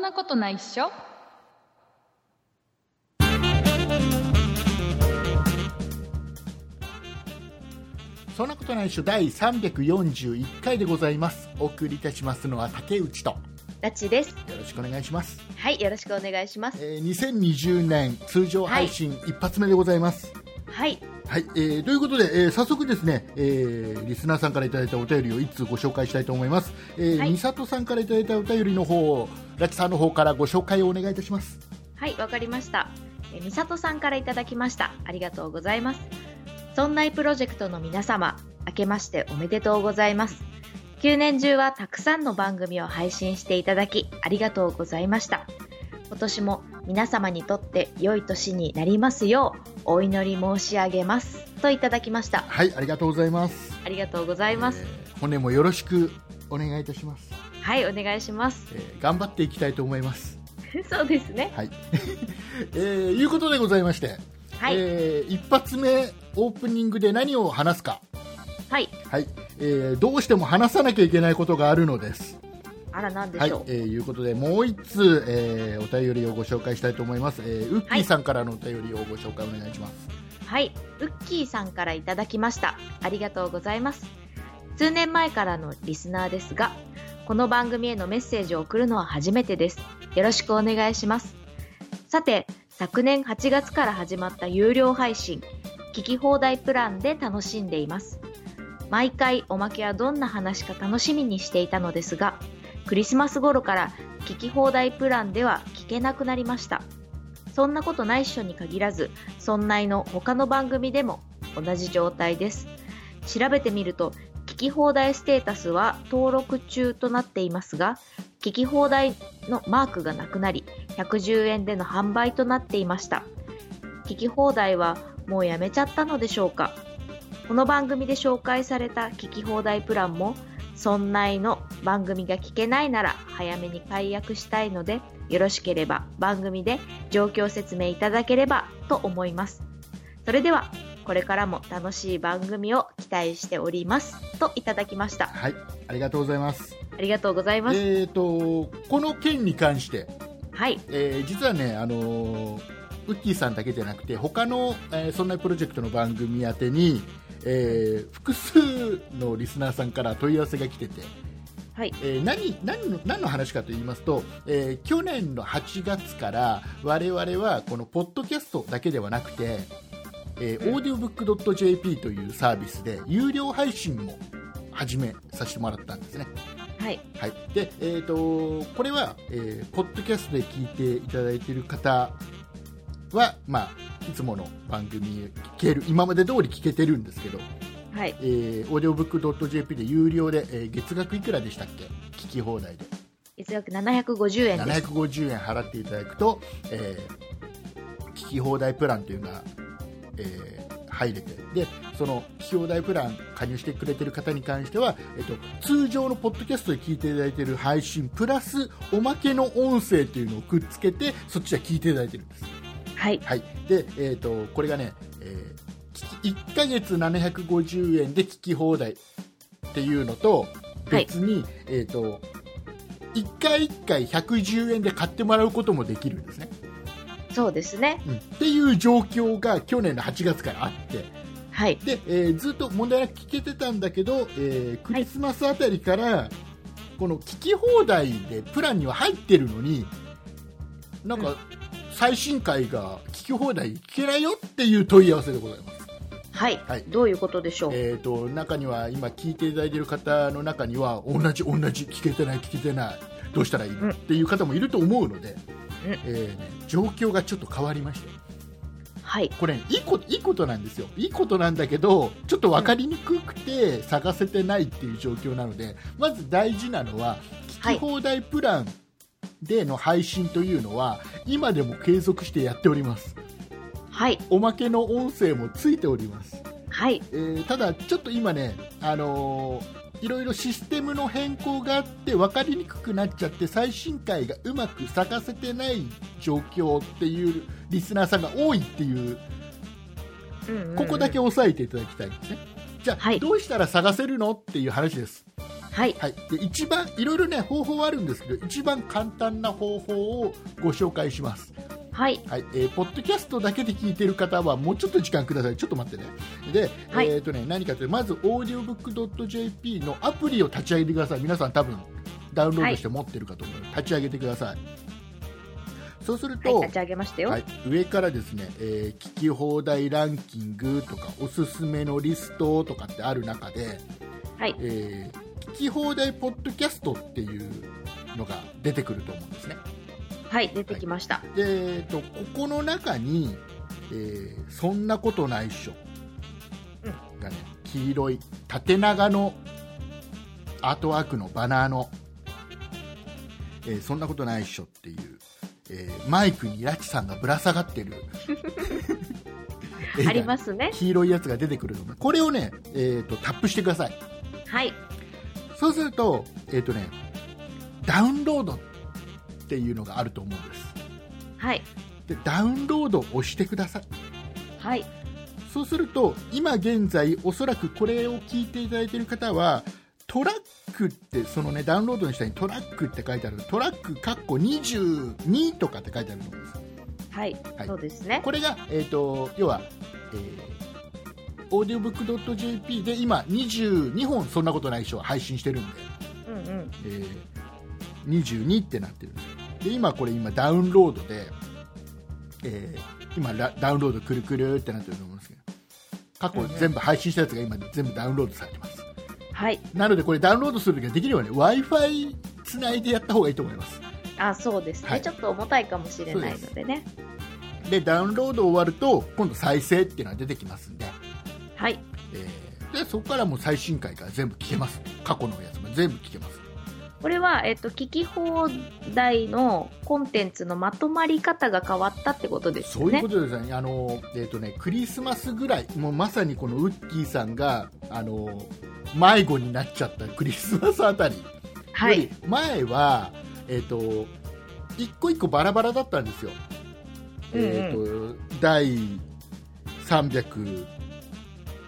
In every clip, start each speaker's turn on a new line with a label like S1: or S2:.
S1: なことないっしょ
S2: そんなことないっしょ第341回でございますお送りいたしますのは竹内とよ
S3: ラチです。
S2: ろしくお願いします、
S3: はい、よろしくお願いします。
S2: えー2020年通常配信一発目でございます
S3: はい、
S2: はい、えーということで、えー早速ですね、えーリスナーさんからいただいたお便りを一通ご紹介したいと思います、えー
S3: はい
S2: みさとさんからいただいたお便りの方をラチさんの方からご紹介をお願いいたします
S3: はい、わかりました。えみさとさんからいただきました。ありがとうございます。そんないプロジェクトの皆様、明けましておめでとうございます。9年中はたくさんの番組を配信していただき、ありがとうございました。今年も皆様にとって良い年になりますよう、お祈り申し上げます。といただきました。
S2: はいありがとうございます
S3: ありがとうございます。
S2: えー本年もよろしくお願いいたします、
S3: はい、お願いします。
S2: えー頑張っていきたいと思います
S3: そうですね。
S2: はい、えーいうことでございまして、
S3: はい、
S2: えー一発目オープニングで何を話すか、
S3: はい。
S2: はいえーどうしても話さなきゃいけないことがあるのです。
S3: あら、なんで
S2: は
S3: し
S2: い
S3: ょう。、
S2: えーいうことでもう一通、えーお便りをご紹介したいと思います、えーウッキーさんからのお便りをご紹介お願いします、
S3: はい、ウッキーさんからいただきました。ありがとうございます。数年前からのリスナーですが、この番組へのメッセージを送るのは初めてです。よろしくお願いします。さて、昨年8月から始まった有料配信、聞き放題プランで楽しんでいます。毎回おまけはどんな話か楽しみにしていたのですが、クリスマス頃から聞き放題プランでは聞けなくなりました。そんなことないっしょに限らず、そんないの他の番組でも同じ状態です。調べてみると、聞き放題ステータスは登録中となっていますが、聞き放題のマークがなくなり、110円での販売となっていました。聞き放題はもうやめちゃったのでしょうかこの番組で紹介された聞き放題プランも、そんないの番組が聞けないなら早めに解約したいので、よろしければ番組で状況説明いただければと思いますそれではこれからも楽しい番組を期待しておりますといただきました
S2: はい、ありがとうございます
S3: ありがとうございます、
S2: えー、とこの件に関して、
S3: はい
S2: えー実はね、あのーウッキーさんだけじゃなくて他の、えーそんなプロジェクトの番組宛てに、えー複数のリスナーさんから問い合わせが来てて、
S3: はい
S2: えー何何の何の話かと言いますと、えー去年の8月から我々はこのポッドキャストだけではなくて、えー、audiobook.jp というサービスで有料配信も始めさせてもらったんですね。
S3: はい
S2: はい、で、えー、とこれは、えーポッドキャストで聞いていただいている方は、まあ、いつもの番組聞ける今まで通り聞けてるんですけど、
S3: はい
S2: えー、audiobook.jp で有料で、えー月額いくらでしたっけ聞き放題で
S3: 月額750円です
S2: 750円払っていただくと、えー聞き放題プランというのが、えー入れてでその聞き放題プラン加入してくれてる方に関しては、えっと、通常のポッドキャストで聞いていただいてる配信プラスおまけの音声というのをくっつけてそっちは聞いていただいてるんです、
S3: はい
S2: はい、で、えー、とこれがね、えー聞き1ヶ月750円で聞き放題っていうのと
S3: はい
S2: 別に、えー、と1回1回110円で買ってもらうこともできるんですね、
S3: そうですね
S2: うんっていう状況が去年の8月からあって
S3: はい
S2: で、えーずっと問題なく聞けてたんだけど、えークリスマスあたりから、この聞き放題でプランには入ってるのになんか、最新回が聞き放題聞けないよっていう問い合わせでございます。
S3: はい、
S2: はい
S3: どういうことでしょう、
S2: えー、と中には今聞いていただいている方の中には同じ同じ聞けてない聞けてないどうしたらいいの、
S3: うん
S2: っていう方もいると思うので、
S3: うん
S2: えーね状況がちょっと変わりました
S3: はい
S2: これ、いいこといいことなんですよいいことなんだけどちょっと分かりにくくて探せてないっていう状況なのでまず大事なのは
S3: は
S2: 聞
S3: い
S2: き放題プランでの配信というのは、今でも継続してやっております
S3: はい
S2: おまけの音声もついております
S3: はい
S2: えーただ、ちょっと今ね、あのーいろいろシステムの変更があって分かりにくくなっちゃって最新回がうまく探せてない状況っていうリスナーさんが多いっていう
S3: うんうんうん
S2: ここだけ押さえていただきたいんですね。じゃあ、
S3: はい
S2: どうしたら探せるのっていう話です。
S3: はい。
S2: はい、で一番いろいろね方法はあるんですけど一番簡単な方法をご紹介します、
S3: はい。
S2: はいえーポッドキャストだけで聞いてる方はもうちょっと時間くださいちょっと待ってねで、
S3: はい
S2: えーとね何かというとまず audiobook.jp のアプリを立ち上げてください皆さん多分ダウンロードして持ってるかと思う、立ち上げてくださいそうすると、
S3: はい。立ち上げましたよ。
S2: は
S3: はい。
S2: い、上からですね、えー聞き放題ランキングとかおすすめのリストとかってある中で、
S3: はい
S2: えー聞き放題ポッドキャストっていうのが出てくると思うんですね
S3: 出てきました。
S2: で、えー、とここの中に、えーそんなことないっしょ」がね黄色い縦長のアートワークのバナーの「えーそんなことないっしょ」っていう、えーマイクにラチさんがぶら下がって る絵が
S3: ありますね。
S2: 黄色いやつが出てくるのでこれをね、えー、とタップしてください
S3: はい。
S2: そうすると,、えーとね、ダウンロードっていうのがあると思うんです
S3: はい。
S2: でダウンロードを押してください
S3: はい。
S2: そうすると今現在おそらくこれを聞いていただいている方はトラックってそのねダウンロードの下にトラックって書いてあるトラックかっこ22とかって書いてあると思うんです
S3: はい。
S2: はい
S3: そうですね。
S2: これが、えー、と要は、えー、オーディオブックドット JP で今22本そんなことない人は配信してるんで、
S3: うんうん。
S2: えー22ってなってるんですよで今これ今ダウンロードで、えー今ラダウンロードくるくるってなってると思うんですけど過去全部配信したやつが今全部ダウンロードされてます
S3: はい。
S2: なのでこれダウンロードするときはできればね w i f i つないでやった方がいいと思います
S3: あ、そうですね、
S2: はい
S3: ちょっと重たいかもしれないのでね。
S2: でダウンロード終わると今度再生っていうのが出てきますんで,、
S3: はい。
S2: えーでそこからもう最新回から全部聞けます過去のやつも全部聞けます
S3: これは、えっ、と、聞き放題のコンテンツのまとまり方が変わったってことです
S2: そ
S3: よ
S2: ういう
S3: ね
S2: こ。とですよねあの、えーとねクリスマスぐらいもうまさにこのウッキーさんがあの迷子になっちゃったクリスマスあたりよ
S3: は
S2: り
S3: い。
S2: 前は、えー、と一個一個バラバラだったんですよ、
S3: うんうん
S2: えー、と第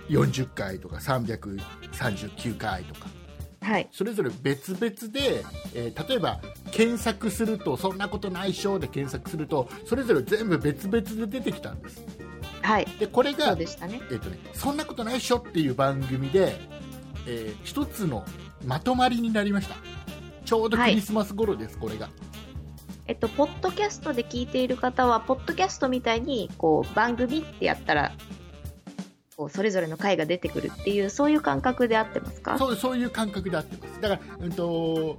S2: 340回とか339回とか
S3: はい。
S2: それぞれ別々で、えー例えば検索すると「そんなことないっしょ」で検索するとそれぞれ全部別々で出てきたんです
S3: はい。
S2: でこれ
S3: そ
S2: が
S3: うでしたね。
S2: えっとね「そんなことないっしょ」っていう番組で、えー一つのまとまりになりましたちょうどクリスマス頃です、これが
S3: えっと、ポッドキャストで聞いている方は、ポッドキャストみたいに、こう、番組ってやったら、こう、それぞれの回が出てくるっていう、そういう感覚で合ってますか
S2: そうそういう感覚で合ってますだから、うん、と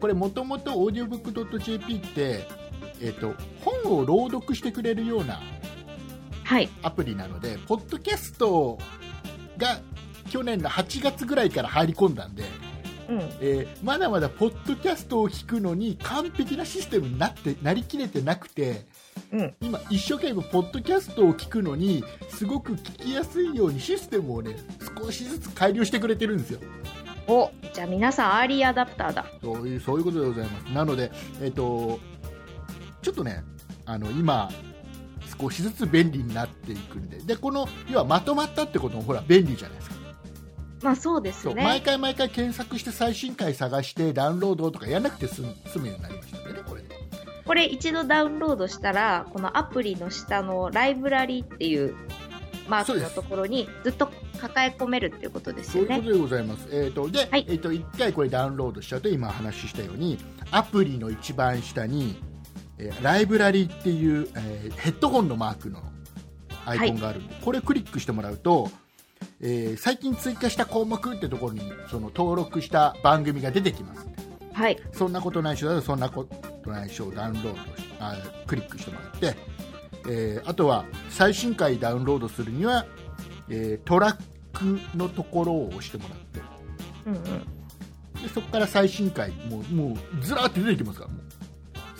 S2: これもともとオーディオブックドット JP って、えっと本を朗読してくれるような
S3: はい。
S2: アプリなのでポッドキャストが去年の8月ぐらいから入り込んだんで、
S3: うん。
S2: えーまだまだポッドキャストを聞くのに完璧なシステムになってなりきれてなくて、
S3: うん
S2: 今一生懸命ポッドキャストを聞くのにすごく聞きやすいようにシステムをね少しずつ改良してくれてるんですよ
S3: お、じゃあ皆さん、アーリーアダプターだ。
S2: そういうそういうことでございますなので、えっとちょっとねあの今少しずつ便利になっていくんででこの要はまとまったってこともほら便利じゃないですか
S3: まあ、そうです
S2: そう毎
S3: ね。
S2: 回毎回検索して最新回探してダウンロードとかやらなくて済む済むようになりましたんでねこれで
S3: これ、一度ダウンロードしたら、このアプリの下のライブラリーっていうマークのところに、ずっと抱え込めるっていうことです
S2: そう
S3: よ
S2: いうこ
S3: ね。
S2: とでございます。えっ、と、で、
S3: はい
S2: えっ、と、一回これダウンロードしちゃうと、今話したように、アプリの一番下に、えーライブラリーっていう、えーヘッドホンのマークのアイコンがあるんで、これクリックしてもらうと、えー最近追加した項目ってところに、その登録した番組が出てきます。
S3: はい。
S2: そんなことないしょだとそんなことないしょをダウンロードしあクリックしてもらって、えーあとは最新回ダウンロードするには、えートラックのところを押してもらって
S3: うんうん。
S2: でそこから最新回もうもうずらーって出てきますからもう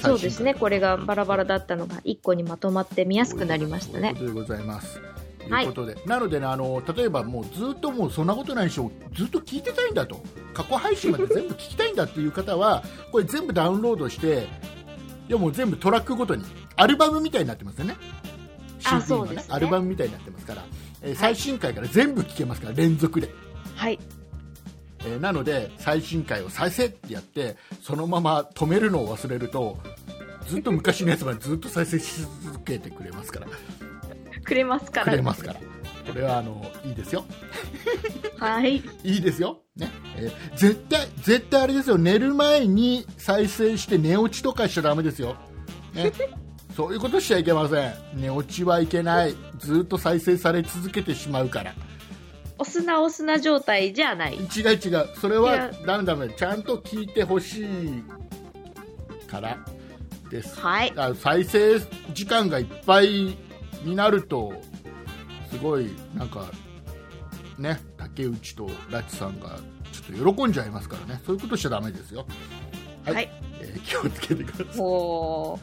S3: そうです
S2: 最新
S3: ね。
S2: 回
S3: これがバラバラだったのが、一個にまとまって見やすくなりましたね
S2: と。いうことでございますと
S3: はい
S2: いうことで、なのでねあの例えばもうずっともうそんなことないしずっと聞いてたいんだと過去配信まで全部聞きたいんだっていう方は これ全部ダウンロードしていやもう全部トラックごとにアルバムみたいになってますよね
S3: あ
S2: CD
S3: そう
S2: が
S3: で
S2: ね
S3: すね
S2: アルバムみたいになってますから、えー最新回から全部聞けますから連続で
S3: はい。
S2: えーなので最新回を再生ってやってそのまま止めるのを忘れるとずっと昔のやつまでずっと再生し続けてくれますから
S3: くれますから。
S2: くれますからこれはあのいいですよ
S3: はい。
S2: いいですよ、ねえー絶対絶対あれですよ寝る前に再生して寝落ちとかしちゃだめですよ、 ね、そういうことしちゃいけません寝落ちはいけないずっと再生され続けてしまうから
S3: お砂お砂状態じゃない。
S2: 違う違うそれ
S3: い
S2: は
S3: や
S2: ダメダメちゃんと聞いてほしいからです
S3: はい。
S2: あ再生時間がいっぱいになるとすごいなんかね竹内とラチさんがちょっと喜んじゃいますからねそういうことしちゃダメですよ、はい
S3: はい。
S2: えー気をつけてくださ
S3: も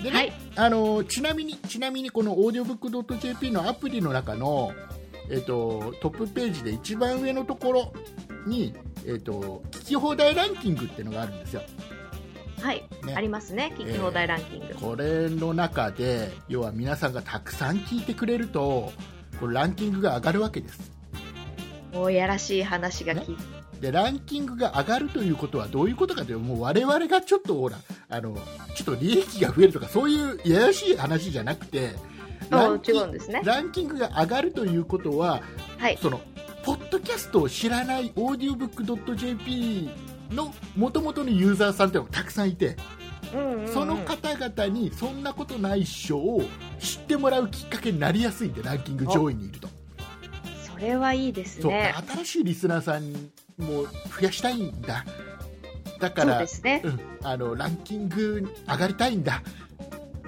S2: いで
S3: う、
S2: ね、
S3: はい。
S2: あのーちなみにちなみにこのオーディオブックドット JP のアプリの中のえっ、とトップページで一番上のところにえっ、と聞き放題ランキングっていうのがあるんですよ
S3: はい。
S2: ね
S3: ありますね。聞き放題ランキング。
S2: これの中で要は皆さんがたくさん聞いてくれるとこれランキングが上がるわけです
S3: もうやらしい話が聞い
S2: でランキングが上がるということはどういうことかというともう我々がちょっとほらあのちょっと利益が増えるとかそういうややしい話じゃなくてラ
S3: あ
S2: ンキ
S3: 違うんですね。
S2: ランキングが上がるということは
S3: はい。
S2: そのポッドキャストを知らないオーディオブックドット JP の元々のユーザーさんっていうのがたくさんいて、
S3: うんうんうん
S2: その方々にそんなことないっしょを知ってもらうきっかけになりやすいんでランキング上位にいると、
S3: それはいいです
S2: そう
S3: ね。
S2: 新しいリスナーさんも増やしたいんだだか
S3: そう
S2: ら
S3: ですね。
S2: うん、あのランキング上がりたいんだ、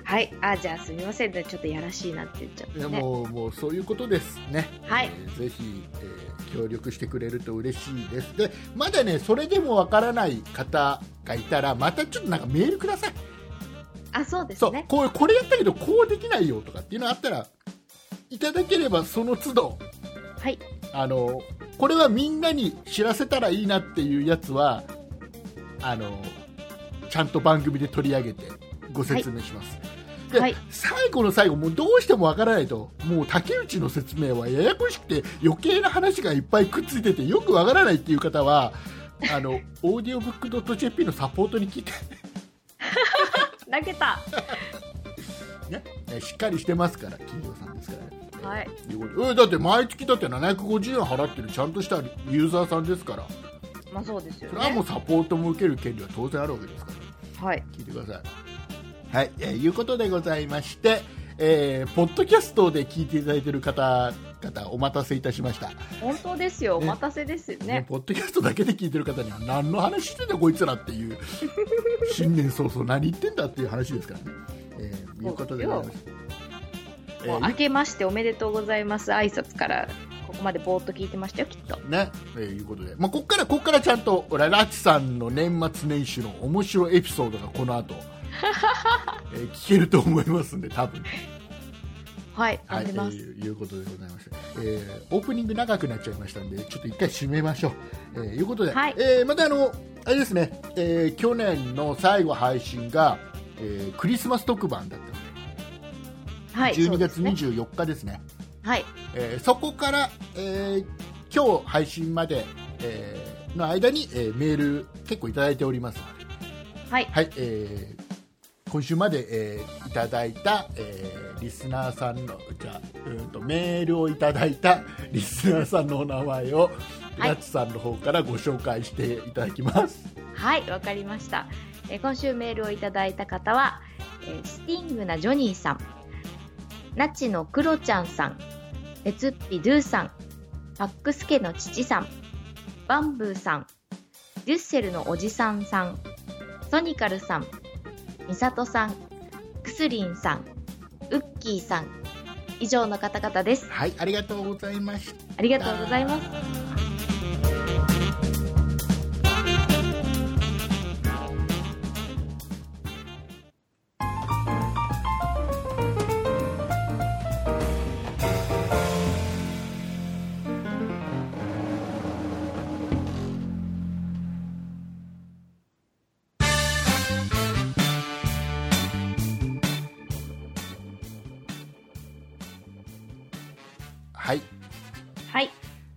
S3: はい。あ、じゃあすみませんね。ちょっとやらしいなって言っちゃっ
S2: いや
S3: たね。
S2: もうもうそういうことですね、
S3: はい
S2: えーぜひ、えー協力してくれると嬉しいですでまだねそれでもわからない方がいたらまたちょっとなんかメールください
S3: あ、そうです
S2: そう
S3: ね。
S2: こうこれやったけどこうできないよとかっていうのあったらいただければその都度
S3: はい。
S2: あのこれはみんなに知らせたらいいなっていうやつはあのちゃんと番組で取り上げてご説明します、で
S3: はい
S2: 最後の最後もうどうしてもわからないともう竹内の説明はややこしくて余計な話がいっぱいくっついててよくわからないっていう方はあ のオーディオブックドット JP のサポートに聞いて、
S3: 投げた。
S2: ね、えしっかりしてますから企業さんですからね。
S3: はい。
S2: いうことでえだって毎月だって750円払ってるちゃんとしたユーザーさんですから
S3: まあそうですよ
S2: それはも
S3: ね。
S2: うサポートも受ける権利は当然あるわけですから、
S3: はい。
S2: 聞いてください。はい、えーいうことでございまして、えーポッドキャストで聞いていただいている方々、お待たせいたしました、
S3: 本当ですよ。お
S2: ね
S3: 待たせですよ
S2: ね
S3: ね。
S2: ポッドキャストだけで聞いている方には、何の話してんだ、こいつらっていう、新年早々、何言ってんだっていう話ですからね。えーいうことでございます。え
S3: もう
S2: ー
S3: 明けましておめでとうございます挨拶からここまでぼーっと聞いてましたよきっと
S2: ね、えーいうことで、まあ、こっから、こっからちゃんと、俺、ラチさんの年末年始の面白いエピソードがこ の後、えー聞けると思いますんで、多分。
S3: はい
S2: は
S3: あ
S2: い、
S3: り
S2: え
S3: ます、
S2: ーいうことでございまして、えーオープニング長くなっちゃいましたんで、ちょっと一回締めましょう。えーいうことで、
S3: はい
S2: えーまたあの、あれですね、えー去年の最後配信が、えークリスマス特番だったので、
S3: はい
S2: 12月
S3: そうですね
S2: 24日ですね。
S3: はい
S2: えーそこから、えー今日配信まで、えーの間に、えーメール結構いただいておりますので
S3: はい
S2: はい、えー今週まで、えーいただいた、えーリスナーさんのじゃあうーんとメールをいただいた リスナーさんのお名前を、
S3: はい
S2: ラッツさんの方からご紹介していただきます。
S3: はいわかりました、えー今週メールをいただいた方は、えースティングなジョニーさんナチのクロちゃんさんえつっぴドゥさんパックスケの父さんバンブーさんデュッセルのおじさんさんソニカルさんミサトさんクスリンさんウッキーさん以上の方々です
S2: はい、ありがとうございました。
S3: ありがとうございます
S2: はい、
S3: はい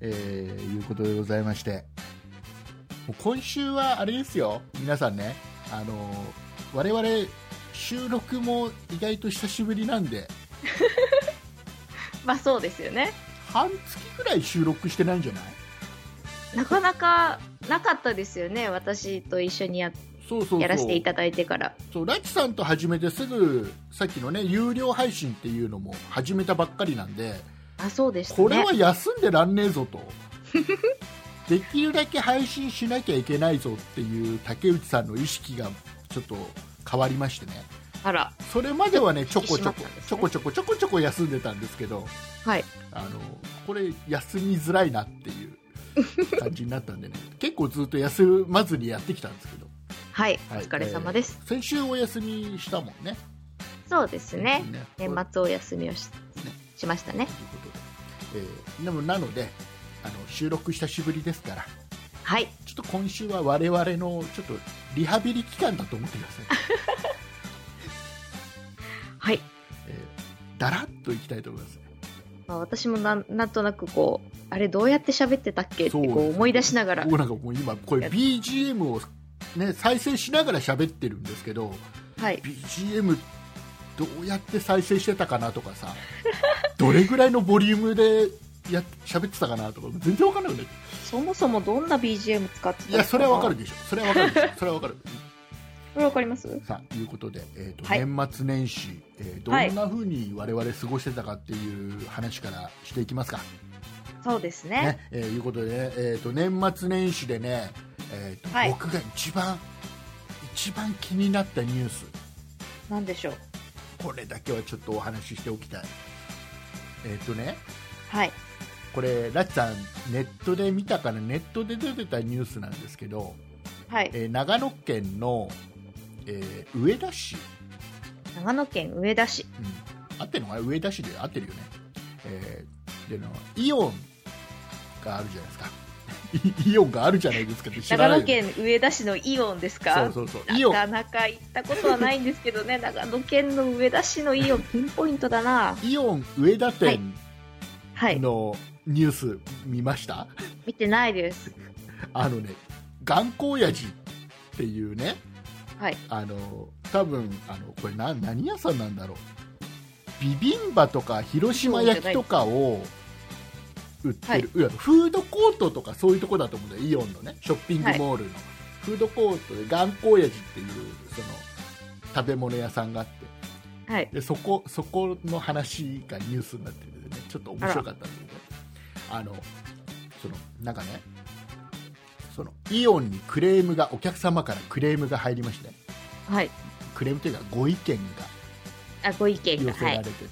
S2: えーいうことでございまして、もう今週はあれですよ、皆さんね、あの我々収録も意外と久しぶりなんで、
S3: まあそうですよね
S2: 半月ぐらい収録してないんじゃない
S3: なかなかなかったですよね私と一緒にや
S2: そうそうそう
S3: やらせていただいてから
S2: そうラチさんと始めてすぐさっきのね有料配信っていうのも始めたばっかりなんで
S3: あそうでした
S2: これ
S3: ね
S2: は休んでらんねえぞと できるだけ配信しなきゃいけないぞっていう竹内さんの意識がちょっと変わりましてね
S3: あら
S2: それまではねちょこちょ
S3: 引き締まっ
S2: こ
S3: たんですね
S2: ちょこちょこちょこちょこ休んでたんですけど
S3: はい
S2: あのこれ休みづらいなっていう感じになったんで ね結構ずっと休まずにやってきたんですけど
S3: はい、
S2: はい
S3: お疲れ様です、
S2: 先週お休みしたもんね
S3: そうですね年末お休みをししましたね
S2: ということで、えーでもなのであの収録久しぶりですから
S3: はい
S2: ちょっと今週は我々のちょっとリハビリ期間だと思ってくだ さい、
S3: はい、
S2: えー、だらっといきたいと思います
S3: まあ、私もなんなんとなくこうあれどうやって喋ってたっけってこ
S2: そう
S3: う思い出しながら
S2: 僕なんかもう今これ BGM を、ね、再生しながら喋ってるんですけど
S3: はい
S2: BGM どうやって再生してたかなとかさ どれぐらいのボリュームでやっ喋ってたかなとか全然わかんなくなっちゃう
S3: そもそもどんな BGM 使ってたの
S2: いやそれはわかるでしょそれはわかる でしょそれはわかる
S3: それわかります
S2: さあということで、えーと
S3: はい
S2: 年末年始、えーどんな風に我々過ごしてたかっていう話からしていきますか。
S3: そうですね
S2: ねえーいうことでね、えーと年末年始でね、えーと
S3: はい
S2: 僕が一番一番気になったニュース
S3: なんでしょう
S2: これだけはちょっとお話ししておきたい。えっ、とね
S3: はい
S2: これラッチさんネットで見たからネットで出てたニュースなんですけど、
S3: はい
S2: えー長野県の、えー上田市
S3: 長野県上田市
S2: うん合ってるのかな上田市で合ってるよね、えーでのイオンがあるじゃないですか イイオンがあるじゃないですかって知ら
S3: 長
S2: ない
S3: 野県上田市のイオンですか
S2: そうそうそうイオン
S3: なかなか行ったことはないんですけどね長野県の上田市のイオンピンポイントだな
S2: イオン上田店
S3: はい
S2: のニュース見ました、
S3: 見てないです
S2: あのね頑固親父っていうね
S3: はい
S2: あの多分あのこれな何屋さんなんだろうビビンバとか広島焼きとかを売ってる、いやフードコートとかそういうとこだと思うんだよイオンのねショッピングモールの、フードコートで頑固親父っていうその食べ物屋さんがあって
S3: はい
S2: でそこそこの話がニュースになってて、ね、ちょっと面白かったんだけどあのそのなんかねそのイオンにクレームがお客様からクレームが入りまして、
S3: はい
S2: クレームというかご意見
S3: あご意見
S2: が寄
S3: が
S2: せ
S3: は
S2: られ
S3: い
S2: てて、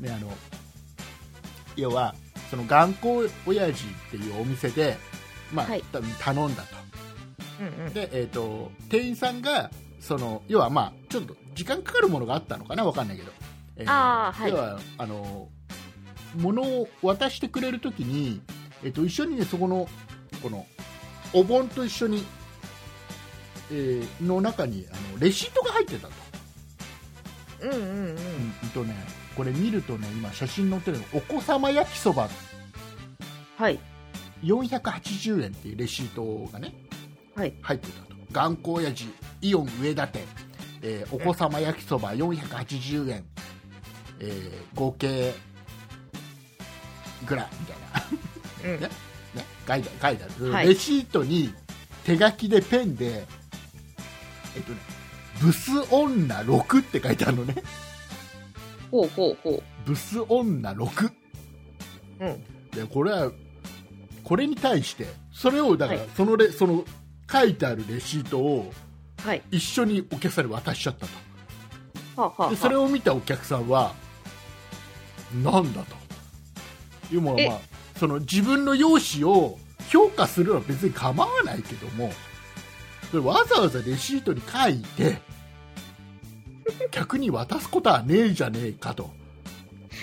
S2: であの要はその頑固親父っていうお店で、まあ
S3: はい
S2: 多分頼んだ
S3: うんうん
S2: とで、えー、と店員さんがその要はまあちょっと時間かかるものがあったのかなわかんないけど、えー
S3: あーはい
S2: 要はあの物を渡してくれるときに、えー、と一緒にねそこのこのお盆と一緒に、えーの中にあのレシートが入ってたと。
S3: うんうんうん
S2: うんとね、これ見るとね今写真載ってるのお子様焼きそば
S3: はい
S2: 480円っていうレシートがね、
S3: はい
S2: 入ってたと頑固親父イオン上田店、えーお子様焼きそば480円、えー合計いくらみたいな、
S3: うん
S2: ねね、書いてある書いてある、
S3: はい
S2: レシートに手書きでペンでえっとねブス女6って書いてあるのね
S3: ほうほうほ
S2: ブス女6
S3: ううん
S2: でこれはこれに対してそれをだから、
S3: はい
S2: そのレその書いてあるレシートを
S3: はい
S2: 一緒にお客さんに渡しちゃった
S3: はあはあ
S2: と
S3: はあ
S2: でそれを見たお客さんはなんだというものは、まあ、その自分の容姿を評価するのは別に構わないけどもそれわざわざレシートに書いて客に渡すことはねえじゃねえかと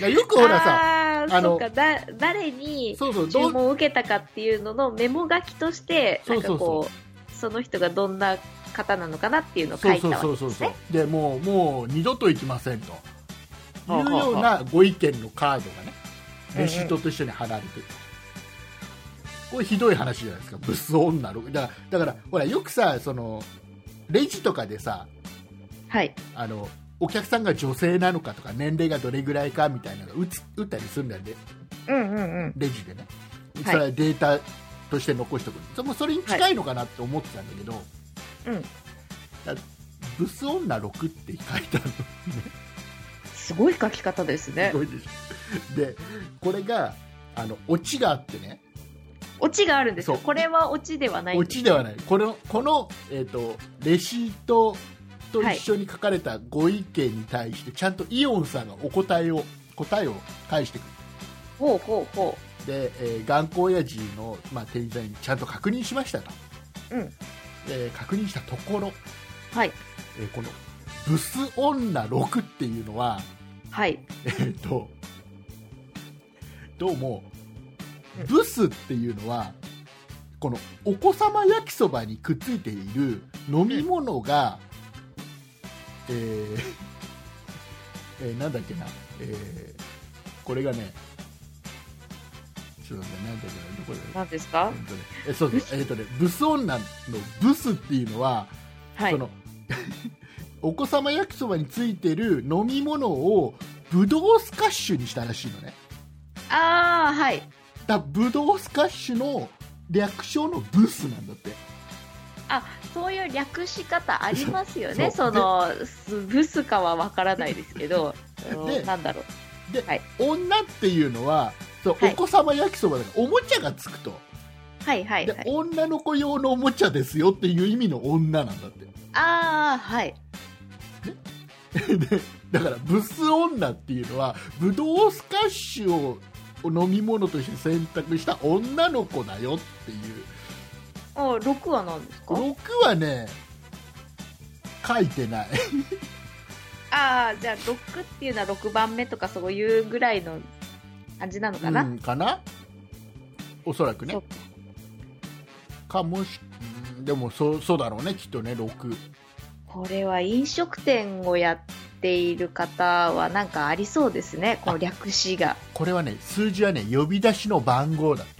S2: だからよくほらさ
S3: あー
S2: あの
S3: そうかだ誰に
S2: そうそうど
S3: 注
S2: う
S3: 文を受けたかっていうののメモ書きとして
S2: そうそうそう
S3: なんかこうその人がどんな方なのかなっていうのを書
S2: そう
S3: いた
S2: そう
S3: わけ
S2: そう
S3: です
S2: そう
S3: ね
S2: そうでもうもう二度と行きませんとい
S3: はあ
S2: う
S3: はあ
S2: ようなご意見のカードがね
S3: うんうん
S2: レシートと一緒に貼られてる、これひどい話じゃないですか物騒女のだからだからほらよくさそのレジとかでさ
S3: はい。
S2: あのお客さんが女性なのかとか年齢がどれぐらいかみたいなのが打つ打ったりするんだよね
S3: うんうんうん。
S2: レジでね
S3: い
S2: それはデータとして残しておくそもうそれに近いのかなって思ってたんだけど、
S3: うん
S2: だブス女6って書いてある
S3: すごい書き方です
S2: の
S3: ね
S2: す。ごいでしょでこれがあのオチがあってね
S3: オチがあるんですよ。
S2: そう
S3: これはオチではないん
S2: オ
S3: です。
S2: チではないこのこの、えー、とレシートと一緒に書かれたご意見に対して、ちゃんとイオンさんがお答えを答えを返してくる
S3: ほうほうほ
S2: で、えー、頑固親父の、まあ、店員さんにちゃんと確認しましたと、
S3: うん
S2: えー確認したところ、
S3: う。はい。
S2: えーこの「ブス女6」っていうのは、
S3: はい。
S2: えー、とどうも
S3: うん
S2: ブスっていうのはこのお子様焼きそばにくっついている飲み物が、えーえーなんだっけな、えーこれがねちょっと待ってなんだっけなどこだ
S3: 何ですか
S2: えっとねえそうそう、えっとね、ブス女のブスっていうのは、
S3: はい
S2: そ。の お子様焼きそばについてる飲み物をブドウスカッシュにしたらしいのね
S3: ああ、はい。
S2: だブドウスカッシュの略称のブスなんだって
S3: あ、そういう略し方ありますよね。
S2: そう
S3: その、すブスかはわからないですけど、あ
S2: で
S3: のなんだろう。
S2: で、
S3: はい
S2: 女っていうのはそう、
S3: はい
S2: お子様焼きそばだからおもちゃがつくと、
S3: はいはい
S2: で
S3: はい。
S2: 女の子用のおもちゃですよっていう意味の女なんだって
S3: ああ、はい。
S2: でだからブス女っていうのはブドウスカッシュを飲み物として選択した女の子だよっていう
S3: あー6は何ですか
S2: 僕はね書いてない
S3: ああ、じゃあ6っていうのは6番目とかそういうぐらいの感じなのかな、
S2: うん、かなおそらく
S3: そ
S2: ね
S3: う
S2: かもしうんでもそうそうだろうねきっとね6
S3: これは飲食店をやっている方はなんかありそうですね、この略しが。
S2: これはね数字はね呼び出しの番号だって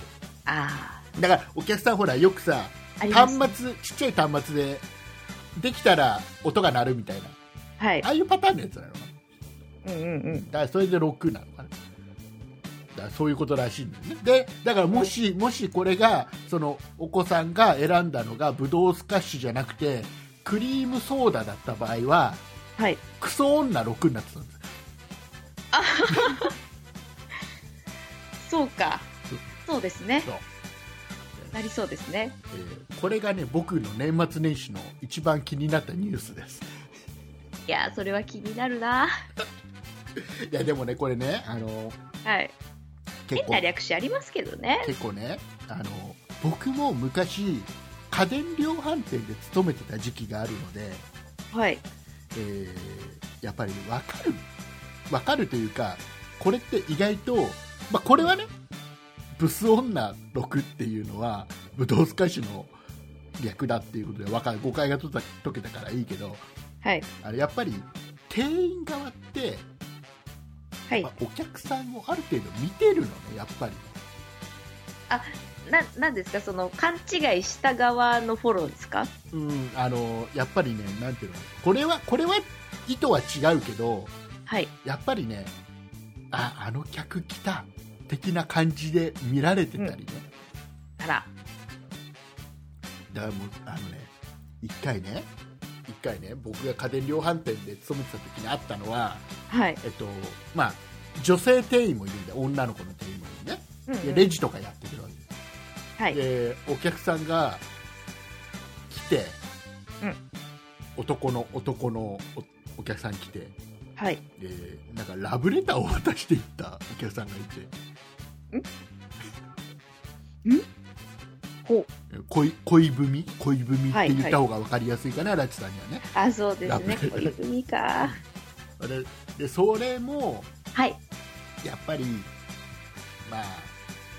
S3: あ
S2: だからお客さんほらよくさ
S3: あ、あります。
S2: 端末ちっちゃい端末でできたら音が鳴るみたいな
S3: はい
S2: あ。あいうパターンのやつなのかな
S3: うんうんうん。
S2: だからそれで6なのかなだからそういうことらしいんだよねでだからもしもしこれがそのお子さんが選んだのがブドウスカッシュじゃなくてクリームソーダだった場合は
S3: はい。
S2: クソ女6になってたんです
S3: そうか
S2: そう。
S3: そうですね
S2: そう。
S3: なりそうですね。
S2: えーこれがね僕の年末年始の一番気になったニュースです
S3: いやー、それは気になるな。
S2: いやでもねこれねあの
S3: はい。
S2: 結
S3: 変
S2: 構
S3: な略しありますけどね。
S2: 結構ねあの僕も昔家電量販店で勤めてた時期があるので、
S3: はい。
S2: えーやっぱり分かる分かるというかこれって意外と、まあ、これはねブス女6っていうのはブドウスカッシュの略だっていうことで分かる誤解が解けた解けたからいいけど
S3: はい。
S2: あれやっぱり店員側って、
S3: はい
S2: まあ。お客さんをある程度見てるのねやっぱり
S3: な、なんですかその、勘違いした側のフォローですか
S2: うんあのやっぱりねなんていうのこれはこれは意図は違うけど
S3: はい。
S2: やっぱりねああの客来た的な感じで見られてたりね、
S3: あら。
S2: だからもうあのね一回ね一回ね僕が家電量販店で勤めてた時にあったのは
S3: はい。
S2: えっとまあ女性店員もいるんで女の子の店員もいるね
S3: うんうん
S2: でレジとかやってるわけです
S3: はい。
S2: でお客さんが来て、
S3: うん
S2: 男の男のおお客さん来て
S3: はい。
S2: でなんかラブレターを渡していったお客さんがいて
S3: ほう。
S2: 恋恋文恋文って言った方が分かりやすいかな、ラチさんにはね
S3: あ、そうですね。
S2: ラブ
S3: 恋文か。
S2: あれでそれも
S3: はい。
S2: やっぱりまあ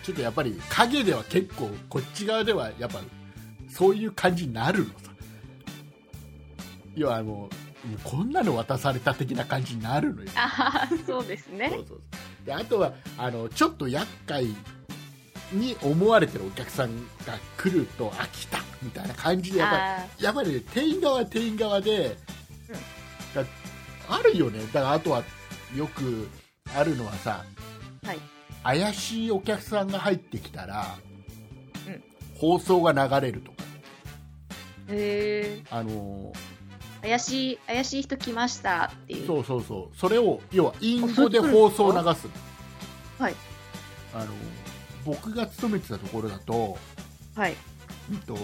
S2: ちょっとやっぱり影では結構こっち側ではやっぱそういう感じになるのさ要はもうもうこんなの渡された的な感じになるのよ
S3: あははそうです
S2: そ
S3: ね
S2: う。そうそうであとはあのちょっと厄介に思われてるお客さんが来ると飽きたみたいな感じでやっぱ
S3: あ
S2: りやっぱりね店員側は店員側で、
S3: うん
S2: だあるよねだからあとはよくあるのはさ、
S3: はい
S2: 怪しいお客さんが入ってきたら、
S3: うん
S2: 放送が流れるとか、
S3: ーへ
S2: あの
S3: ー怪しい怪しい人来ましたってい
S2: ー
S3: う
S2: そうそうそうそれを要はインフォで放送を流す
S3: はい
S2: あのー僕が勤めてたところだと、
S3: はい
S2: うんと、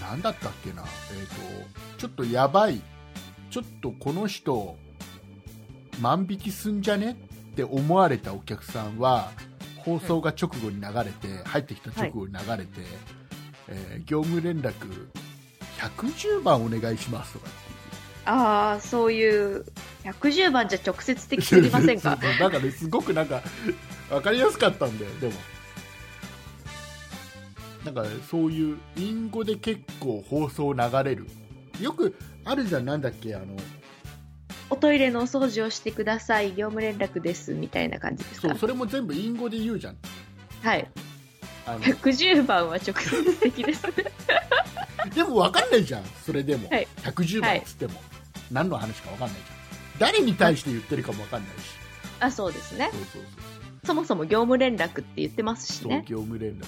S2: なんだったっけな、えーと、ちょっとやばい、ちょっとこの人、万引きすんじゃねって思われたお客さんは、放送が直後に流れて、入ってきた直後に流れて、えー業務連絡、110番お願いしますとか
S3: ああそういう110番じゃ直接的す
S2: 言って
S3: ぎません か
S2: そうそうなんかね、すごくなんか、わかりやすかったんだよ、でも。なんかね、そういう、インゴで結構放送流れる。よくあるじゃん、なんだっけ、あの、
S3: おトイレのお掃除をしてください業務連絡ですみたいな感じです
S2: そ
S3: か
S2: う、それも全部インゴで言うじゃん。
S3: はい
S2: あの
S3: 110番は直接的ですね
S2: でも分かんないじゃん、それでも。
S3: はい
S2: 110番っつっても、何の話か分かんないじゃん。誰に対して言ってるかも分かんないし。
S3: あそうですね
S2: そうそうそう。
S3: そもそも業務連絡って言ってますし
S2: そう
S3: ね
S2: 業務連絡、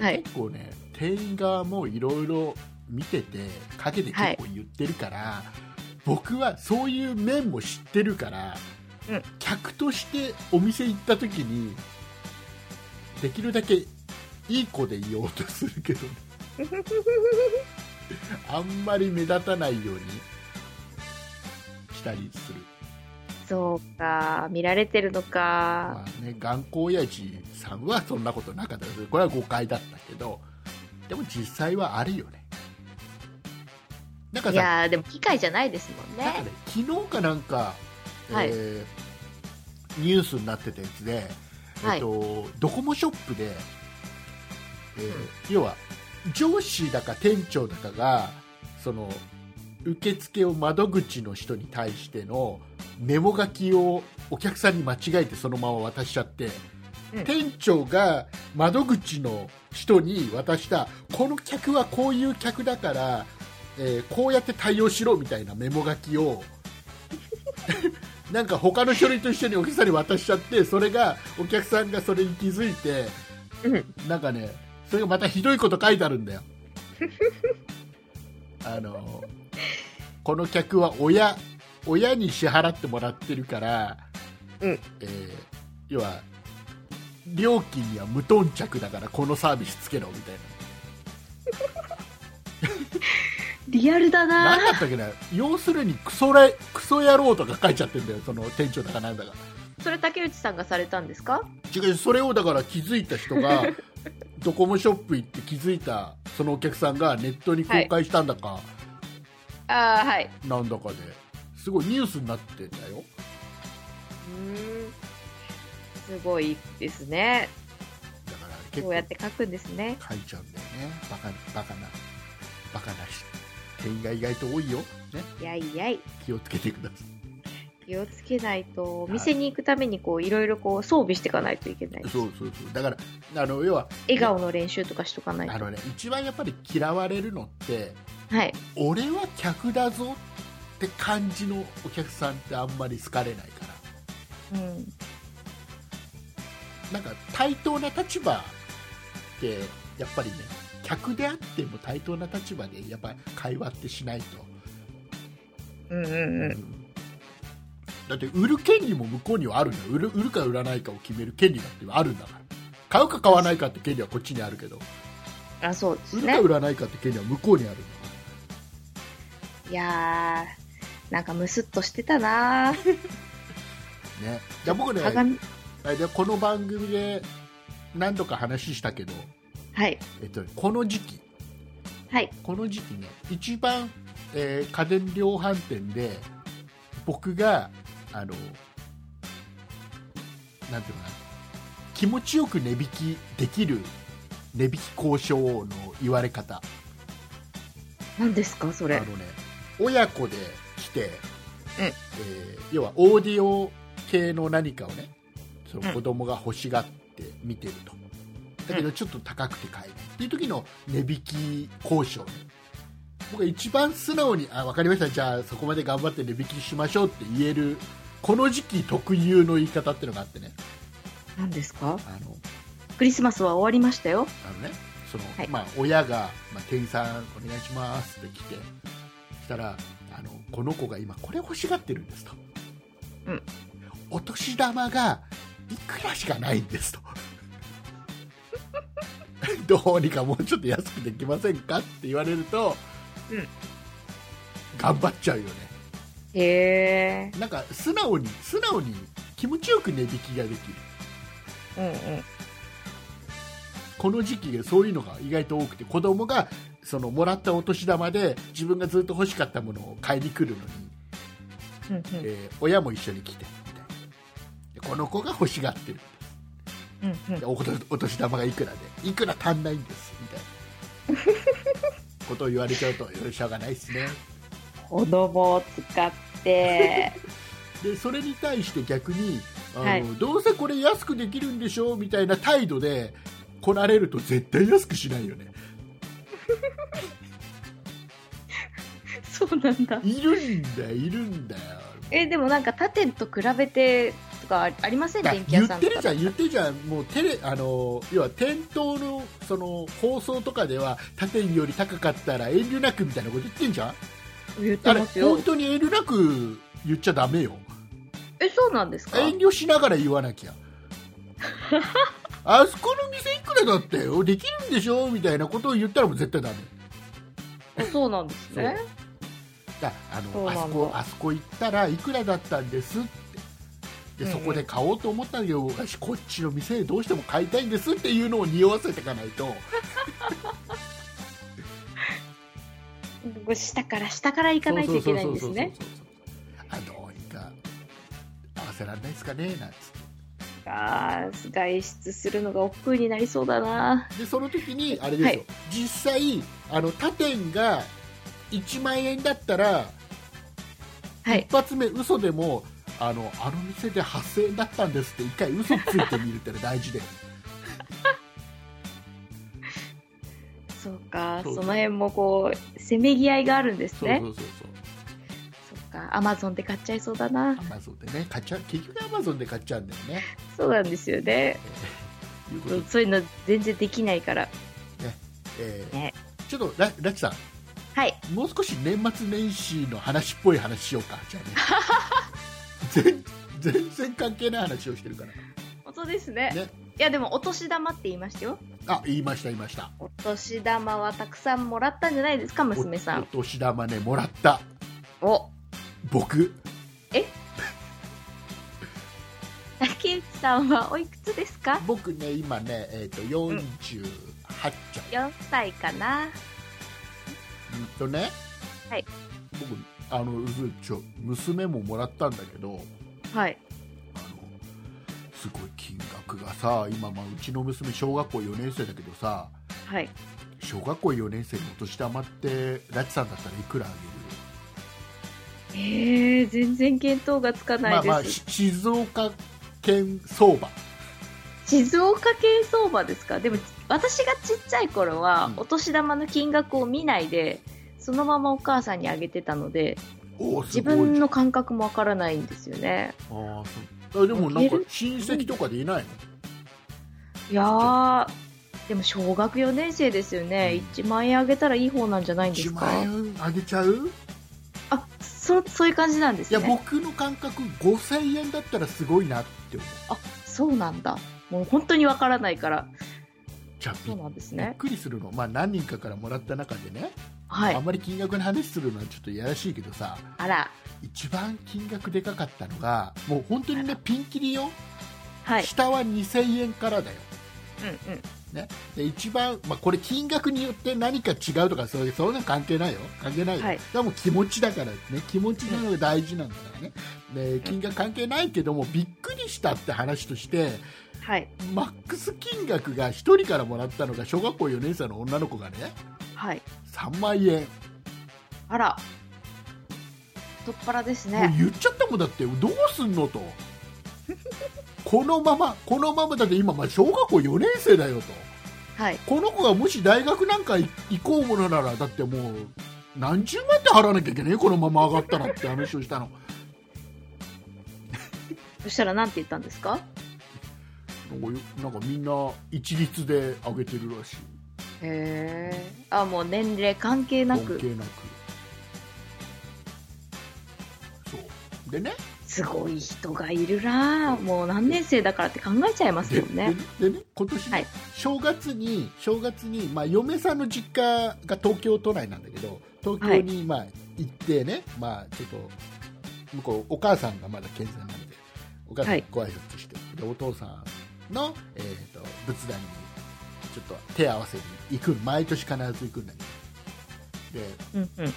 S3: はい
S2: 結構ね店員側もいろいろ見てて陰で結構言ってるから、僕はそういう面も知ってるから、
S3: うん
S2: 客としてお店行った時にできるだけいい子でいようとするけど、 あんまり目立たないようにしたりする
S3: そうか見られてるのか
S2: まあね、頑固親父さんはそんなことなかったですこれは誤解だったけどでも実際はあるよねなんか
S3: い
S2: さ
S3: やーでも機械じゃないですもん
S2: なんか
S3: ね
S2: ね昨日かなんか、
S3: はい
S2: えーニュースになってたやつで、
S3: は
S2: え
S3: い
S2: っと、ドコモショップで、えー要は上司だか店長だかがその受付を窓口の人に対してのメモ書きをお客さんに間違えてそのまま渡しちゃって、
S3: うん
S2: 店長が窓口の人に渡したこの客はこういう客だから、えーこうやって対応しろみたいなメモ書きをなんか他の書類と一緒にお客さんに渡しちゃってそれがお客さんがそれに気づいて
S3: うん
S2: なんかねそれがまたひどいこと書いてあるんだよ あのこの客は親親に支払ってもらってるから、
S3: うん
S2: えー要は料金には無頓着だからこのサービスつけろみたい
S3: リアルだ
S2: な
S3: な
S2: 何だったっけな要するにクソれクソ野郎とか書いちゃってんだよその店長だかなんだか
S3: それ竹内さんがされたんですか
S2: 違うそれをだから気づいた人が ドコモショップ行って気づいたそのお客さんがネットに公開したんだか、
S3: ああはい
S2: なんだかですごいニュースになってたよ
S3: うんすごいですね
S2: だから結
S3: こ
S2: 構
S3: うやって書くんですね
S2: 書いちゃうんだよねバカバカなバカなし店員が意外と多いよ、ね、
S3: やいやい
S2: 気をつけてくださ
S3: 気をつけないとお店に行くためにこういろいろこう装備していかないといけない
S2: いそうそうそうだからあの要は
S3: 笑顔の練習とかしとかない
S2: あ
S3: と
S2: の、ね、一番やっぱり嫌われるのって
S3: はい
S2: 俺は客だぞって感じのお客さんってあんまり好かれないから
S3: うん
S2: なんか対等な立場ってやっぱりね客であっても対等な立場でやっぱり会話ってしないと、
S3: うんうんうん
S2: だって売る権利も向こうにはあるんだよ売る売るか売らないかを決める権利だってあるんだから買うか買わないかって権利はこっちにあるけど
S3: あそうです
S2: 売る
S3: ね
S2: か売らないかって権利は向こうにあるんだから
S3: いやーなんかムスっとしてたなー
S2: ね、じゃあ僕ね
S3: 鏡
S2: はいでこの番組で何度か話したけど、
S3: はい
S2: えっと、この時期
S3: はい
S2: この時期ね一番、えー家電量販店で僕があのなんていうのかな気持ちよく値引きできる値引き交渉の言われ方
S3: 何ですかそ
S2: あの
S3: れ
S2: ね親子で来て、
S3: うん
S2: えー要はオーディオ系の何かをねその子供が欲しがって見てるとだけどちょっと高くて買えないっていう時の値引き交渉僕は一番素直にあ分かりましたじゃあそこまで頑張って値引きしましょうって言えるこの時期特有の言い方っていうのがあってね
S3: 何ですか
S2: あの
S3: クリスマスは終わりましたよ。
S2: あのねその、
S3: はい
S2: まあ、親が、まあ、店員さんお願いしますって来てしたらあのこの子が今これ欲しがってるんですと、
S3: うん
S2: お年玉がいくらしかないんですと どうにかもうちょっと安くできませんかって言われると、
S3: うん
S2: 頑張っちゃうよね
S3: へえ。
S2: なんか素直に素直に気持ちよく値引きができる
S3: うんうん。
S2: この時期そういうのが意外と多くて子供がそのもらったお年玉で自分がずっと欲しかったものを買いに来るのに、
S3: うんうん
S2: えー親も一緒に来てみたいなでこの子が欲しがってる
S3: うんうん
S2: でおことお年玉がいくらでいくら足んないんですみたいな ことを言われちゃうとしょうがないですね
S3: 子供を使って。
S2: でそれに対して逆にあの、
S3: はい
S2: どうせこれ安くできるんでしょみたいな態度でこなれると絶対安くしないよね
S3: そうなんだ。
S2: いるんだよいるんだよ
S3: え、でもなんか他店と比べてとかありません
S2: だ
S3: 電気
S2: 言
S3: 屋
S2: っ
S3: さん
S2: て
S3: と
S2: る
S3: か
S2: じゃ。ん、言ってるじゃん、もうテレあの要は店頭のその放送とかでは他店より高かったら遠慮なくみたいなこと言ってんじゃん、
S3: 言って
S2: あれ
S3: ますよ
S2: 本。当に遠慮なく言っちゃだめよ、
S3: え、そうなんですか
S2: 遠慮しながら言わなきゃ、あそこの店いくらだったよ、できるんでしょみたいなことを言ったらもう絶対だめ。
S3: あそうなんですね。
S2: だあの
S3: そうなん
S2: あ
S3: だ
S2: そこあそこ行ったらいくらだったんですって
S3: う
S2: で
S3: んうん
S2: そこで買おうと思ったんだけど、私こっちの店でどうしても買いたいんですっていうのを匂わせていかないと
S3: 僕下から下から行かないといけないんですね。
S2: そうそうそうそうそうあどうにか合わせられないですかねなんつっ
S3: あー外出するのが億劫になりそうだな。
S2: てでその時にあれですよ、
S3: はい
S2: 実際あの他店が1万円だったら
S3: はい
S2: 一。発目嘘でもあのあの店で8000円だったんですって一回嘘ついてみるってのは大事で
S3: そうか。
S2: そう
S3: その辺もこうせめぎ合いがあるんです
S2: そう
S3: ね
S2: そ。うそうそう
S3: そうか。アマゾンで買っちゃいそうだな
S2: ア。マゾンでね買っちゃう結局アマゾンで買っちゃうんだよね。
S3: そうなんですよね。
S2: いうことで、
S3: そういうの全然できないから。
S2: えー
S3: ね
S2: ちょっとララチさん
S3: はい。
S2: もう少し年末年始の話っぽい話しようかじゃあ ね全全然関係ない話をしてるから
S3: 本当ですね。
S2: ね
S3: いやでもお年玉って言いましたよ。
S2: あ言いました言いました
S3: お年玉はたくさんもらったんじゃないですか、娘さ
S2: おお
S3: ん。
S2: 年玉ねもらった
S3: お、
S2: 僕
S3: 竹内さんはおいくつですか
S2: 僕ね今ねえっ、と48ちゃ
S3: ?4 歳かな。
S2: ん、うんとね
S3: はい
S2: 僕あのうずちょ娘ももらったんだけど
S3: はい。
S2: あのすごい金額がさ今、まあ、うちの娘小学校4年生だけどさ
S3: はい。
S2: 小学校4年生にお年玉ってラチさんだったらいくらあげる
S3: えー、全然見当がつかない
S2: ま
S3: で
S2: あ
S3: す。
S2: まあし静岡県相場
S3: 静岡系相場ですかでも私がちっちゃい頃は、
S2: うん
S3: お年玉の金額を見ないで、そのままお母さんにあげてたので、
S2: おーす
S3: 自
S2: ごいじゃん
S3: 分の感覚もわからないんですよね。
S2: ああそうあでもなんか
S3: いける
S2: 親戚とかでいないの
S3: いやー、でも小学4年生ですよね。1万円あげたらいい方なんじゃないん
S2: 1
S3: です
S2: 万
S3: か
S2: 円あげちゃう
S3: あ、そ、そういう感じなんで
S2: い
S3: す
S2: や
S3: ね。
S2: 僕の感覚5000円だったらすごいなって思う
S3: あ、そうなんだ。もう本当にわからないから。
S2: じゃあび
S3: そうなんです
S2: びっ
S3: ね。
S2: くりするの、まあ、何人かからもらった中でね、
S3: は
S2: あ
S3: い
S2: ん。まり金額の話するのはちょっといやらしいけどさ
S3: あら。
S2: 一番金額でかかったのがもう本当にねピンキリよ、
S3: はい。
S2: 下は2000円からだよ
S3: うんうん。
S2: で一番、まあ、これ金額によって何か違うとかそういうそんなの関係ないよ関係ないよ、
S3: はい
S2: でも気持ちだからね気持ちなのが大事なんだからね、で金額関係ないけどもびっくりしたって話として
S3: はい。
S2: マックス金額が1人からもらったのが小学校4年生の女の子がね
S3: はい。
S2: 3万円
S3: あら。太っ腹です
S2: もう
S3: ね。
S2: 言っちゃったもんだってどうすんのとこのままこのままだって今まあ小学校4年生だよと
S3: はい。
S2: この子がもし大学なんか行こうものならだってもう何十万って払わなきゃいけないこのまま上がったらって話をしたの
S3: そしたらなんて言ったんですか
S2: なんかなんかみんな一律で上げてるらしい
S3: へえ。あ、もう年齢関係な
S2: 関
S3: く。
S2: 係なくそうでね
S3: すごい人がいるなぁもう何年生だからって考えちゃいます
S2: で
S3: よね。
S2: ででね今年ね、
S3: はい
S2: 正月に正月に、まあ、嫁さんの実家が東京都内なんだけど東京に、まあ、行ってね、まあ、ちょっと向こうお母さんがまだ健在なんでお母さん
S3: は
S2: に
S3: い
S2: ご挨拶して、でお父さんの、えー、と仏壇にちょっと手合わせに行く毎年必ず行くんだけどで
S3: うんうん。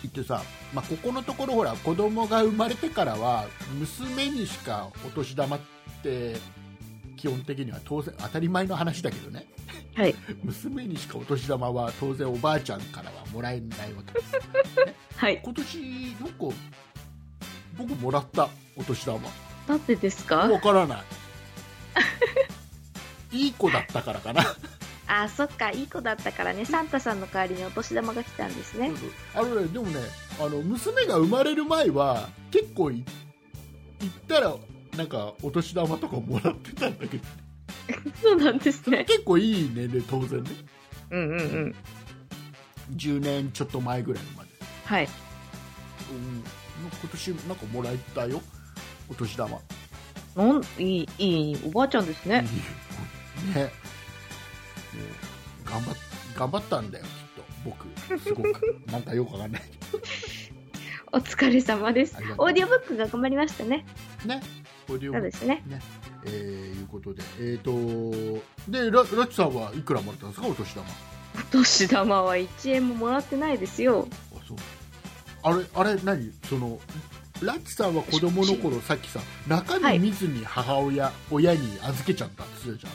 S2: 行ってさ、まあ、ここのところほら子供が生まれてからは娘にしかお年玉って基本的には当然当たり前の話だけどね
S3: はい。
S2: 娘にしかお年玉は当然おばあちゃんからはもらえないわけですよ
S3: はい。
S2: 今年なんか僕もらったお年玉
S3: だってですか
S2: わから ないいい子だったからかな
S3: あ、そっか。いい子だったからね。サンタさんの代わりにお年玉が来たんですね。
S2: あのね、でもねあの娘が生まれる前は結構い行ったらなんかお年玉とかもらってたんだ けど
S3: そうなんですね。
S2: 結構いい年齢当然ね
S3: うんうんうん。
S2: 10年ちょっと前ぐらいまで、
S3: はい。
S2: うん、今年なんかもらえたよお年玉ね
S3: なんいい、いいおばあちゃんですね。
S2: ねもう頑張っ頑張ったんだよきっと僕すご くなんかよくわかんない
S3: お疲れ様です
S2: ありが。とう
S3: オーディオブックが頑張りましたね。
S2: ねオーディオ
S3: そうですね。
S2: えー、いうことで、えー、とでララッチさんはいくらもらったんですか、お年玉。あ
S3: お年玉は1円ももらってないですよ。
S2: そうあれ、あれ何そのラッチさんは子供の頃さっきさ、中身見ずに母親、親に預けちゃったって言ってたじ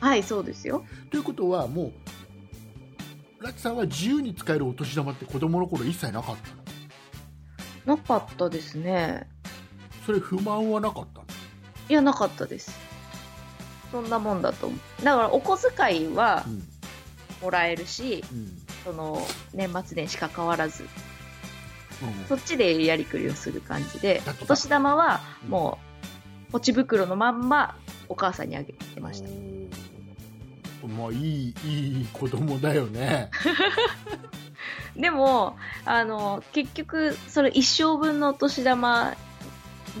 S3: はい、そうですよ。
S2: ゃん。ということは、もう、ラッチさんは自由に使えるお年玉って子供の頃一切なかったの。
S3: なかったですね。
S2: それ、不満はなかったの。
S3: いや、なかったです。そんなもんだと思う。だから、お小遣いは
S2: うん
S3: もらえるし、
S2: うん
S3: その、年末年しか変わらず、
S2: うん
S3: そっちでやりくりをする感じで
S2: だって、さ
S3: お年玉はもう、ポチ袋のまんま、お母さんにあげてました。
S2: おーまあ、いい、いい子供だよ ね。
S3: でも、あの、結局、その一生分のお年玉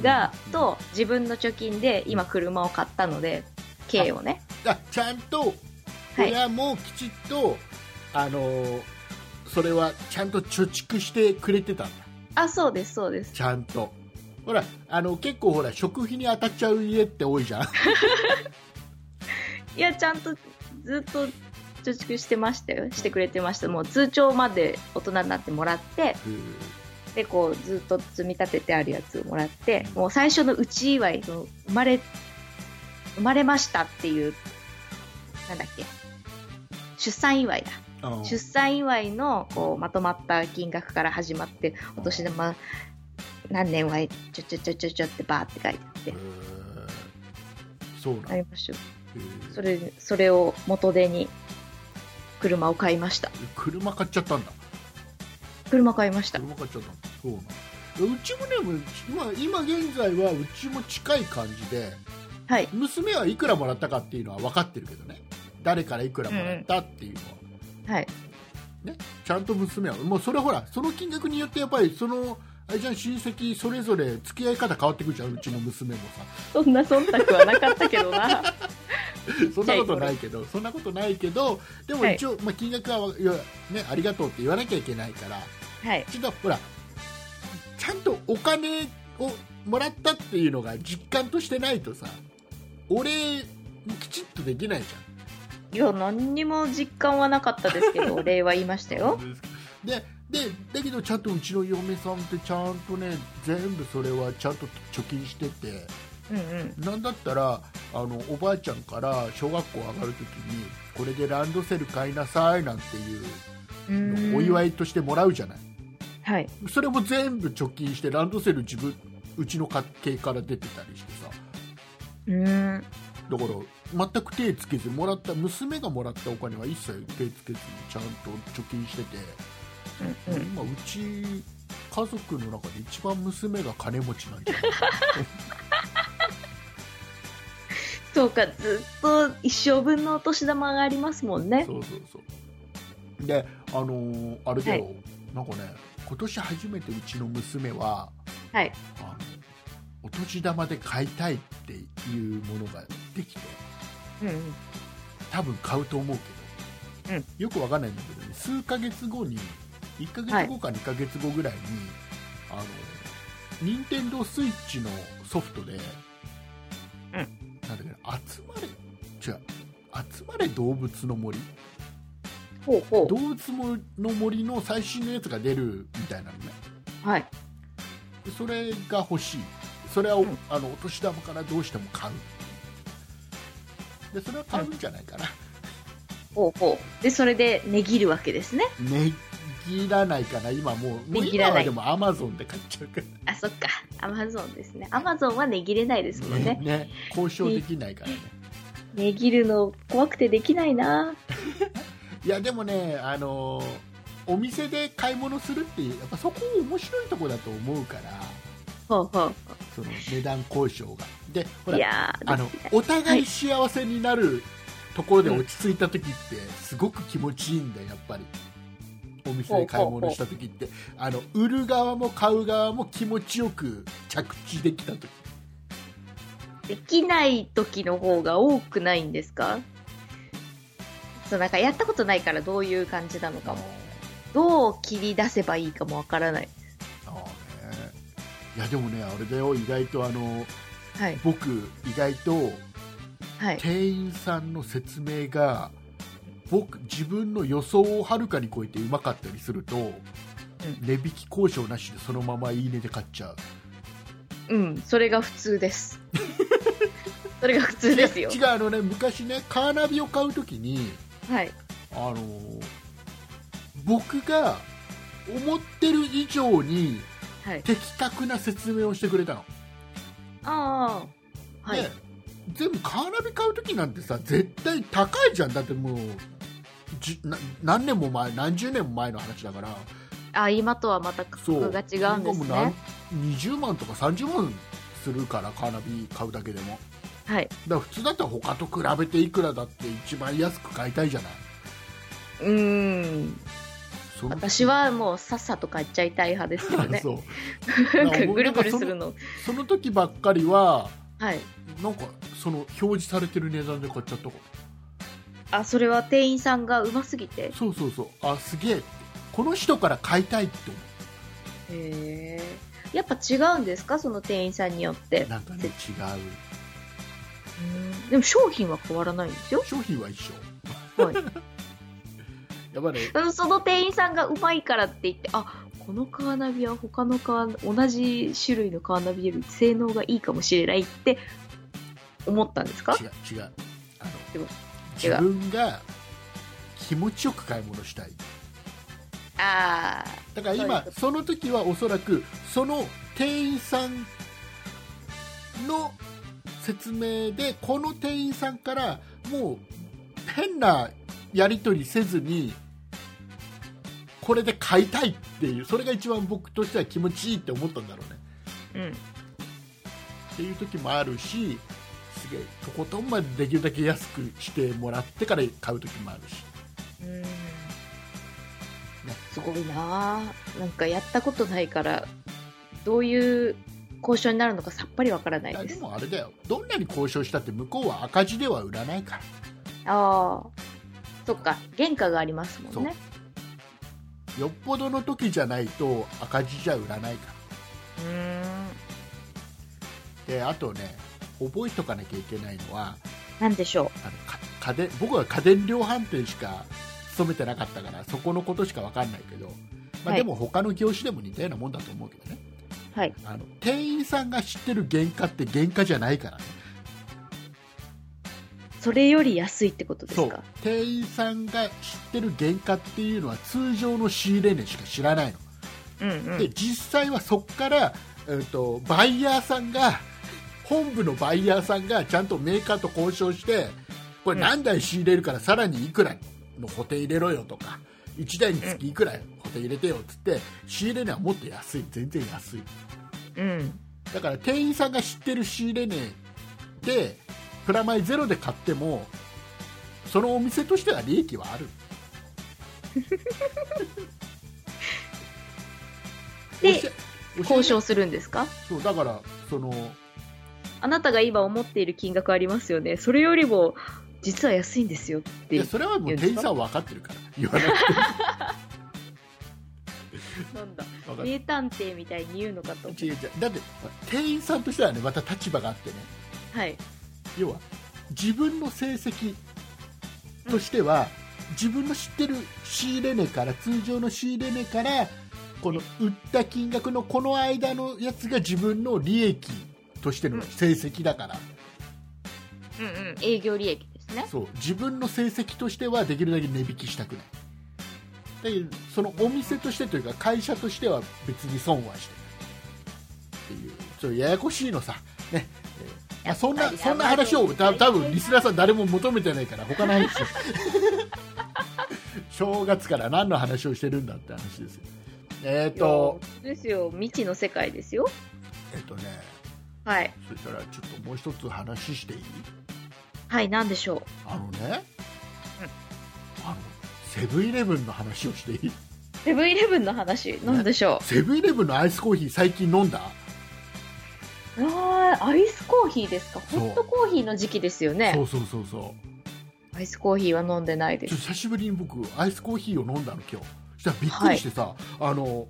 S3: が、
S2: うん
S3: と、自分の貯金で、今車を買ったので、軽をね。
S2: あちゃんと
S3: はい
S2: 親もきちっと、あのーそれはちゃんと貯蓄してくれてたんだ
S3: あ、そうです、そうです。
S2: ちゃんとほらあの結構ほら食費に当たっちゃう家って多いじゃん
S3: いや、ちゃんとずっと貯蓄してましたよ。してくれてました。もう通帳まで大人になってもらって、で、こう、ずっと積み立ててあるやつをもらって、もう最初のうち祝い、その生まれ、生まれましたっていう、なんだっけ、出産祝いだ。
S2: あの
S3: 出産祝いのこうまとまった金額から始まって、お年玉何年はちょちょちょちょちょってバーって書いてあって
S2: えー、そうなんだ
S3: ありましたよ。
S2: えー
S3: それ、それを元手に車を買いました。
S2: 車買っちゃったんだ
S3: 車買いました。
S2: 車買っちゃったんだそうなんだうちもねまあ今現在はうちも近い感じで
S3: はい。
S2: 娘はいくらもらったかっていうのは分かってるけどね誰からいくらもらったっていうのは、
S3: はい。
S2: ちゃんと娘はもうそれほらその金額によってやっぱりそのあれじゃん親戚それぞれ付き合い方変わってくるじゃんうちの娘もさ
S3: そんな忖度はなかったけどな。
S2: そんなことないけどそんなことないけどでも一応、まあ、金額はいや、ね、ありがとうって言わなきゃいけないから
S3: はい。
S2: ちょっとほらちゃんとお金をもらったっていうのが実感としてないとさお礼もきちっとできないじゃん
S3: いや、何にも実感はなかったですけ ど、お礼は言いましたよ。
S2: ででだけどちゃんとうちの嫁さんってちゃんとね全部それはちゃんと貯金してて
S3: うんうん。
S2: なんだったらあのおばあちゃんから小学校上がるときにこれでランドセル買いなさいなんていうのをお祝
S3: い。
S2: いとしてもらうじゃない
S3: はい。
S2: それも全部貯金してランドセル自分うちの家系から出てたりしてさ
S3: うん。
S2: だから全く手つけずもらった娘がもらったお金は一切手つけずにちゃんと貯金してて、
S3: うん。うん。
S2: 今うち家族の中で一番娘が金持ちなんじゃない
S3: そうか、ずっと一生分のお年玉がありますもんね。
S2: そうそうそうであのーあれだよ、なんかね今年初めてうちの娘は
S3: はい。
S2: あのお年玉で買いたいっていうものができて
S3: うんうん。
S2: 多分買うと思うけど、
S3: うん
S2: よくわかんないんだけど、ね、数ヶ月後に1ヶ月後か2ヶ月後ぐらいに、あの任天堂スイッチのソフトで、なんだっけな集まれ違う集まれ動物の森
S3: ほうほ
S2: 動物の森の最新のやつが出るみたいなのね
S3: う。はい。
S2: でそれが欲しいそれはお,、
S3: うん
S2: あのお年玉からどうしても買うでそれは買うんじゃないかな、
S3: ほうほう。で、それで値切るわけですね。
S2: ねぎらないかな今もうもう
S3: ねぎ
S2: 今
S3: らな
S2: はいでもアマゾンで買っちゃうか
S3: あ、そっか。アマゾンですね。アマゾンは値切れないですも
S2: ら
S3: ん
S2: ね
S3: ね。
S2: ね交渉できないからね
S3: 値切るの怖くてできないな。
S2: いやでもねあのーお店で買い物するってやっぱそこ面白いとこだと思うから
S3: ほうほう。
S2: その値段交渉がでほら
S3: いやー
S2: あのお互い幸せになるところで落ち着いた時ってすごく気持ちいいんだよやっぱりお店で買い物した時ってあの売る側も買う側も気持ちよく着地できた時
S3: できない時の方が多くないんですかそうなんかやったことないからどういう感じなのかもどう切り出せばいいかもわからない
S2: ああねいやでもねあれだよ意外とあの
S3: はい
S2: 僕意外と
S3: はい
S2: 店員さんの説明が僕自分の予想をはるかに超えてうまかったりすると、値引き交渉なしでそのままいいねで買っちゃう
S3: うんそれが普通です それが普通ですよ
S2: 違うあのね昔ねカーナビを買うときに
S3: はい
S2: あのー僕が思ってる以上に
S3: はい
S2: 的確な説明をしてくれたの、
S3: ああはい、
S2: で全部カーナビ買うときなんてさ絶対高いじゃんだってもうじな何年も前何十年も前の話だから
S3: あ今とはまた価格が違うんです
S2: 今も何
S3: ね
S2: 20万とか30万するからカーナビ買うだけでも
S3: は
S2: だ
S3: い
S2: から普通だったら他と比べていくらだって一番安く買いたいじゃないう
S3: ーん
S2: その
S3: 私はもうさっさと買っちゃいたい派ですけどね
S2: そう
S3: なん
S2: な
S3: か
S2: んか
S3: ぐるぐるするの
S2: その時ばっかりは
S3: はい
S2: なんかその表示されてる値段で買っちゃったか
S3: あそれは店員さんがうますぎて
S2: らそうそうそうあすげえってこの人から買いたいって思
S3: へえやっぱ違うんですかその店員さんによって
S2: うなんかね違う
S3: うんでも商品は変わらないん ですよ
S2: 商品は一緒
S3: はい
S2: やばいね
S3: あのその店員さんがうまいからって言ってあこのカーナビは他のカー同じ種類のカーナビより性能がいいかもしれないって思ったんですか
S2: 違う違うあ
S3: で
S2: の
S3: も
S2: 自分が気持ちよく買い物したい
S3: あ
S2: だから
S3: そういう
S2: 今
S3: こと
S2: その時はおそらくその店員さんの説明でこの店員さんからもう変なやり取りせずにこれで買いたいっていうそれが一番僕としては気持ちいいって思ったんだろうね
S3: ーうん
S2: っていう時もあるしすげえとことんまでできるだけ安くしてもらってから買う時もあるし
S3: うんすごいなあなんかやったことないからどういう交渉になるのかさっぱりわからない
S2: いや
S3: で
S2: ですもあれだよどんなに交渉したって向こうは赤字では売らないから
S3: ああそっか原価がありますもんね
S2: よっぽどの時じゃないと赤字じゃ売らないか
S3: うーん
S2: らであとね覚えとかなきゃいけないのは
S3: なんでしょ
S2: あのか家電僕は家電量販店しか勤めてなかったからそこのことしか分かんないけど、まあ
S3: はい
S2: でも他の業種でも似たようなもんだと思うけどね
S3: うはい
S2: あの店員さんが知ってる原価って原価じゃないからね
S3: それより安いってことです
S2: そう
S3: か
S2: 店員さんが知ってる原価っていうのは通常の仕入れ値しか知らないの
S3: うんう
S2: で
S3: ん
S2: 実際はそこから、えー、とバイヤーさんが本部のバイヤーさんがちゃんとメーカーと交渉してこれ何台仕入れるからさらにいくらの補填入れろよとか1台につきいくら補填入れてよっつって仕入れ値はもっと安い全然安い
S3: うん
S2: だから店員さんが知ってる仕入れ値でプラマイゼロで買ってもそのお店としては利益は ある
S3: で
S2: おしゃおしゃれ
S3: 交渉するんですか
S2: そうだからその
S3: あなたが今思っている金額ありますよねそれよりも実は安いんですよっ
S2: い
S3: て
S2: やそれはもう店員さんは分かってるから言 わなくて
S3: なんだ
S2: 分かって
S3: 名探偵みたいに言うのかと思
S2: 違う違うだって店員さんとしてはねまた立場があってね
S3: うはい
S2: 要は自分の成績としては、自分の知ってる仕入れ値から通常の仕入れ値からこの売った金額のこの間のやつが自分の利益としての成績だから、
S3: うんうん営業利益ですね
S2: そう自分の成績としてはできるだけ値引きしたくないだけどそのお店としてというか会社としては別に損はしてないっていうちょっとややこしいのさ、ねえーまあ、そん
S3: や
S2: な
S3: っぱり
S2: そんな話をた多分リスナーさん誰も求めてないから他の話 正月から何の話をしてるんだって話ですよえっ、ー、と
S3: いやですよ未知の世界ですよ
S2: えっ、とね
S3: はい
S2: そしたらちょっともう一つ話していい
S3: はい何でしょ
S2: あのね、あのセブンイレブンの話をしていい
S3: うセブンイレブンの話何でしょ
S2: セブンイレブンのアイスコーヒー最近飲んだ
S3: う、ああアイスコーヒーですか
S2: そう
S3: ホットコーヒーの時期ですよ
S2: そ
S3: ね
S2: うそうそうそ
S3: アイスコーヒーは飲んでないうで
S2: ちょ
S3: す
S2: 久しぶりに僕アイスコーヒーを飲んだの今日そしたらびっくりしてさ、あの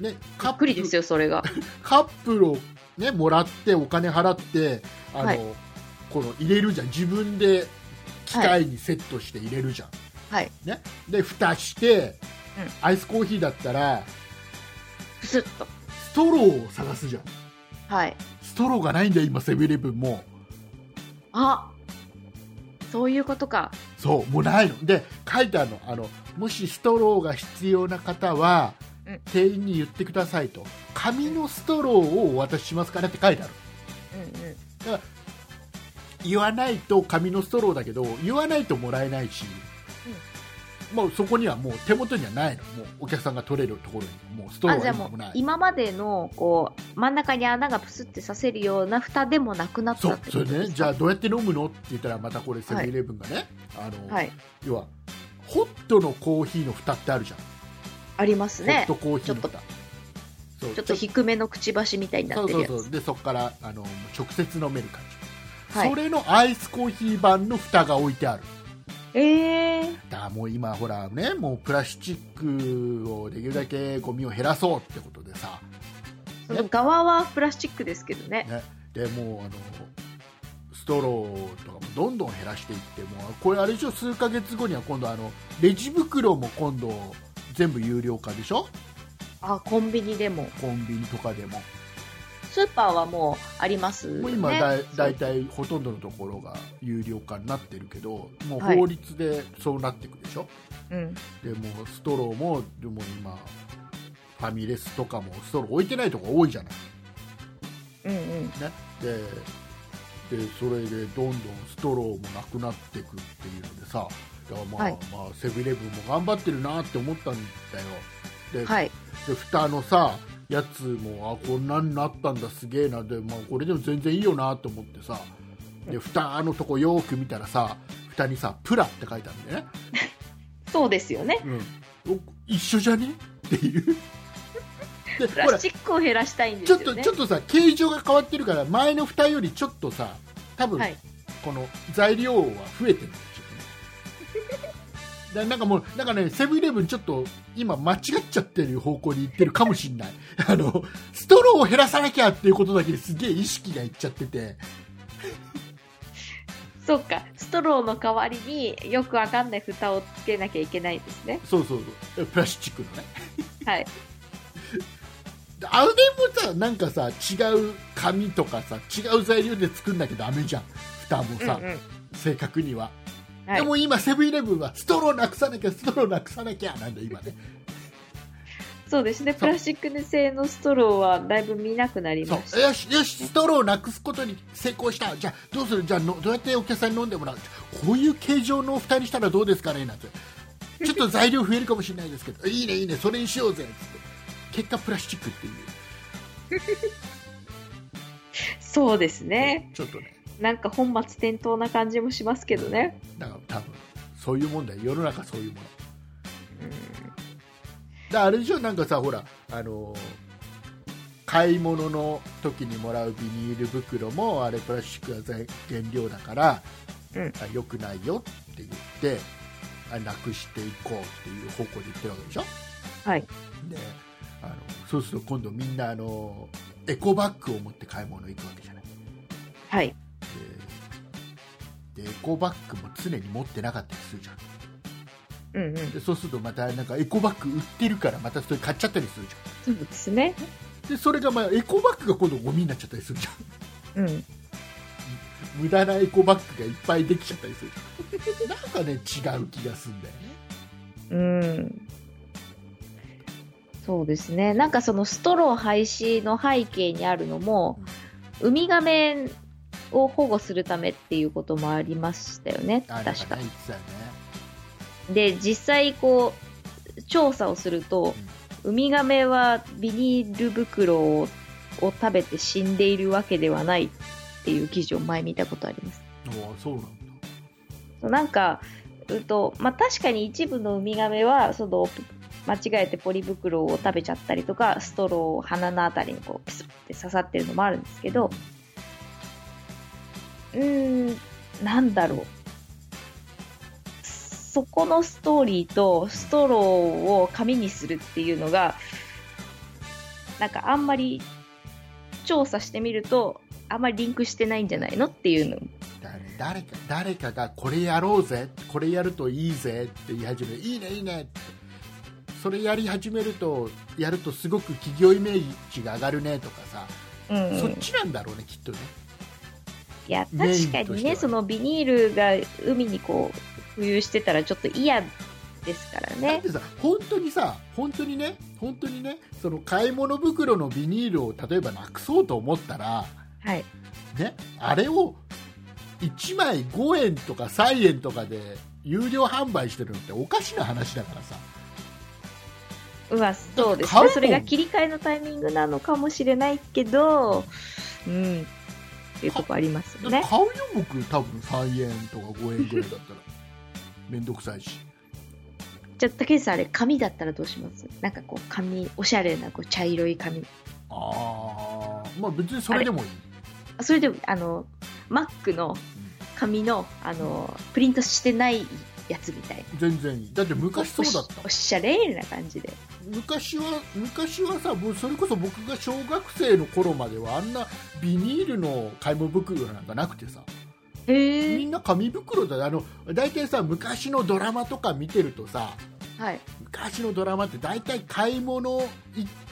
S2: ね
S3: び
S2: カ
S3: っくりですよそれが
S2: カップルを、ね、もらってお金払ってあの、
S3: はい
S2: この入れるじゃん自分で機械にセットして入れるじゃん、
S3: はい
S2: ね、で蓋して、
S3: うん
S2: アイスコーヒーだったら
S3: プスッと
S2: ストローを探すじゃん
S3: はい
S2: ストローがないんだよ今セブンイレブンも
S3: あそういうことか
S2: そうもうないので書いてあるのあのもしストローが必要な方は、
S3: うん
S2: 店員に言ってくださいと紙のストローをお渡ししますからって書いてある
S3: うんうん
S2: 言わないと紙のストローだけど言わないともらえないし、もうそこにはもう手元にはないのもうお客さんが取れるところにもうストロ
S3: あ
S2: ー
S3: じゃ
S2: は今
S3: あもう
S2: もない
S3: 今までのこう真ん中に穴がプスってさせるような蓋でもなくなった
S2: そ
S3: っ
S2: う
S3: て
S2: そ
S3: こ
S2: れ
S3: とですか
S2: ねじゃあどうやって飲むのって言ったらまたこれセブンイレブンがね、あの
S3: はい
S2: 要はホットのコーヒーの蓋ってあるじゃん
S3: ありますね
S2: ホットコーヒーの蓋そう
S3: ちょっと低めのくちばしみたいになってるやつ
S2: そうそうそうでそこからあの直接飲める感じ、
S3: はい
S2: それのアイスコーヒー版の蓋が置いてある
S3: えー、
S2: だからもう今ほらねもうプラスチックをできるだけゴミを減らそうってことでさ
S3: その側はプラスチックですけどね。
S2: でもうあのストローとかもどんどん減らしていってもうこれあれでしょ数ヶ月後には今度あのレジ袋も今度全部有料化でしょ
S3: あ、コンビニでも。
S2: コンビニとかでも
S3: スーパーはもうあります、ね。
S2: もう今だい、
S3: そ
S2: 大
S3: う
S2: 体ほとんどのところが有料化になってるけどもう
S3: はい
S2: 法律でそうなっていくでしょ、
S3: うん。
S2: でもうストローもでも今ファミレスとかもストロー置いてないとこ多いじゃない
S3: うんうん。
S2: ででそれでどんどんストローもなくなっていくっていうのでさだからまあ、
S3: はい
S2: まあセブンイレブンも頑張ってるなって思ったんだよで,、
S3: はい。
S2: で蓋のさやつもあこんなになったんだすげえなで、まあ、これでも全然いいよなと思ってさで蓋のとこよく見たらさ蓋にさ「プラ」って書いてあるんだよね、
S3: そうですよね。
S2: お一緒じゃねっていうで
S3: プラスチックを減らしたいんで
S2: ち
S3: す
S2: ょ
S3: よ
S2: っ
S3: ね。
S2: とちょっとさ形状が変わってるから前の蓋よりちょっとさ多分、
S3: はい
S2: この材料は増えてるんだよちょっとね だなんかもうなんかねセブンイレブンちょっと今間違っちゃってる方向に行ってるかもしんない あのストローを減らさなきゃっていうことだけですげえ意識がいっちゃってて
S3: そうか。ストローの代わりによくわかんない蓋をつけなきゃいけないですね。
S2: そうそうそうプラスチックのね
S3: はい。
S2: であれもさなんかさ違う紙とかさ違う材料で作んなきゃダメじゃん蓋も
S3: うんう
S2: さ、
S3: ん。
S2: 正確には
S3: は
S2: で
S3: い。
S2: も今セブンイレブンはストローなくさなきゃストローなくさなきゃなんだ今ね
S3: そうですね。プラスチック製のストローはだいぶ見なくなりまし
S2: そう
S3: た。
S2: よしよしストローをなくすことに成功したじゃあどうするじゃあのどうやってお客さんに飲んでもらうこういう形状のお二人したらどうですかねなんてちょっと材料増えるかもしれないですけどいいねいいねそれにしようぜっつって結果プラスチックっていう
S3: そうですね。
S2: ちょっとね
S3: なんか本末転倒な感じもしますけどね。
S2: だから多分そういうもんだよ世の中そういうもの
S3: うん
S2: だからあれでしょなんかさほらあのー買い物の時にもらうビニール袋もあれプラスチックが原原料だから、
S3: うん
S2: あ良くないよって言ってあなくしていこうっていう方向で言ってるわけでしょ
S3: はい
S2: であのそうすると今度みんなあのエコバッグを持って買い物行くわけじゃない
S3: はい。
S2: ででエコバッグも常に持ってなかったりするじゃん
S3: うんうん。
S2: でそうするとまたなんかエコバッグ売ってるからまたそれ買っちゃったりするじゃん
S3: そうですね。
S2: でそれがまあエコバッグが今度ゴミになっちゃったりするじゃ
S3: うん。
S2: ん 無駄なエコバッグがいっぱいできちゃったりするじゃんなんかね違う気がするんだよね
S3: うん。そうですね。なんかそのストロー廃止の背景にあるのも、ウミガメを保護するためっていうこともありましたよね。
S2: あ
S3: 確
S2: な
S3: か。
S2: んかね言ってたよね
S3: で実際こう調査をすると、ウミガメはビニール袋をを食べて死んでいるわけではないっていう記事を前見たことあります。
S2: おーそうなんだ
S3: そうなんか、うんとまあ、確かに一部のウミガメはその間違えてポリ袋を食べちゃったりとかストローを鼻のあたりにこうピスって刺さってるのもあるんですけどうーんなんだろうそこのストーリーとストローを紙にするっていうのがなんかあんまり調査してみるとあんまりリンクしてないんじゃないのっていうの
S2: だからね誰か誰かがこれやろうぜこれやるといいぜって言い始めるいいねいいねってそれやり始めるとやるとすごく企業イメージが上がるねとかさ、
S3: うんうん
S2: そっちなんだろうねきっとね
S3: いや
S2: メイン
S3: 確
S2: として
S3: か
S2: は
S3: にねそのビニールが海にこう浮遊してたらちょっと嫌ですから
S2: だっ
S3: ね
S2: てさ本当にさ本当にね本当にねその買い物袋のビニールを例えばなくそうと思ったら
S3: はい
S2: ねあれを1枚5円とか3円とかで有料販売してるのっておかしな話だからさ
S3: うわそうです
S2: 買う
S3: ね
S2: もん
S3: それが切り替えのタイミングなのかもしれないけどうんっていうとこありますよ
S2: だっ
S3: ね
S2: て買うよ僕多分3円とか5円ぐらいだったら めんどくさいし
S3: じゃあ竹内さんあれ紙だったらどうしますなんかこう紙おしゃれなこう茶色い紙
S2: ああまあ別にそれでもいい
S3: あそれでもあのマックの紙のあのプリントしてないやつみたいな
S2: 全然いいだって昔そうだった
S3: おしおしゃれな感じで
S2: 昔は昔はさもうそれこそ僕が小学生の頃まではあんなビニールの買い物袋なんかなくてさ
S3: へ
S2: み
S3: え
S2: んな紙袋だあの大体さ昔のドラマとか見てるとさ
S3: はい
S2: 昔のドラマって大体買い物行っ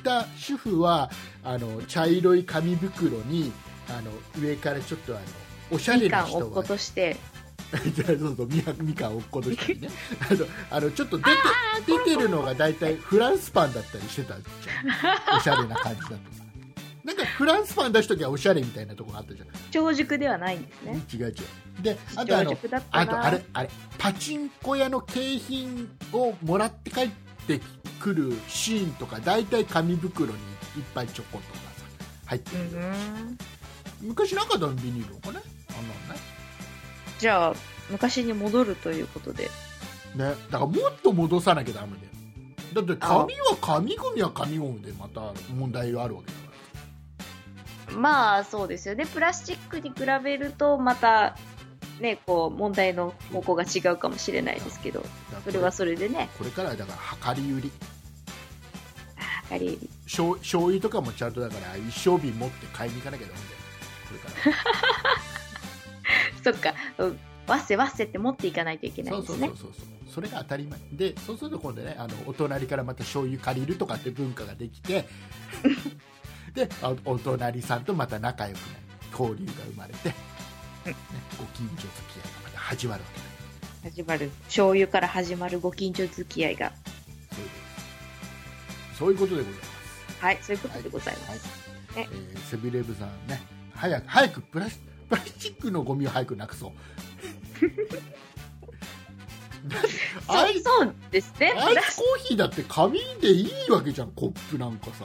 S2: た主婦はあの茶色い紙袋にあの上からちょっとあのおしゃれ
S3: み
S2: な
S3: かん
S2: 人
S3: を落っこ
S2: がそう
S3: として
S2: そうみかんみかん落っことしたりねあのあのちょっと出て出てるのが大体フランスパンだったりしてたじゃ んおしゃれな感じだとさなんかフランスパン出しときはおしゃれみたいなところあったじゃん、
S3: 長熟ではないんですね
S2: 違う違うであとあ
S3: 長
S2: の
S3: 熟だった
S2: あと
S3: な
S2: あれあれパチンコ屋の景品をもらって帰ってくるシーンとか大体紙袋にいっぱいチョコとかさ入って
S3: う
S2: る、
S3: んうん
S2: 昔なかったのビニールとかねあんな
S3: じゃあ昔に戻るということで
S2: のねねだからもっと戻さなきゃダメだよだって紙は紙ゴミは紙ゴミでまた問題があるわけだか
S3: まあそうですよねプラスチックに比べるとまたねこう問題の方向が違うかもしれないですけど
S2: らだか
S3: そ
S2: ら
S3: れはそれでね
S2: これからはだから量り売り
S3: やはり
S2: 醤醤油とかもちゃんとだから一升瓶持って買いに行かなきゃダメだよこれから
S3: そっかうんわっせわっせって持っていかないといけない
S2: そ
S3: ん
S2: う
S3: で
S2: そう
S3: す
S2: そ
S3: ね
S2: うそうそうそれが当たり前でそうすると今度ねあのお隣からまた醤油借りるとかって文化ができ てであお隣さんとまた仲良くなる交流が生まれ て、ね、ご近所付き合いがまた始まるわけだ
S3: 始まる醤油から始まるご近所付き合いが
S2: そういうそういうことでございます
S3: はい、そういうことでございます。
S2: は
S3: ね
S2: いえーセブンイレブンさんね早く早くプラスプラスチックのゴミを早くなく そうだってアイス
S3: そうそうですね。
S2: アイスコーヒーだって紙でいいわけじゃんコップなんかさ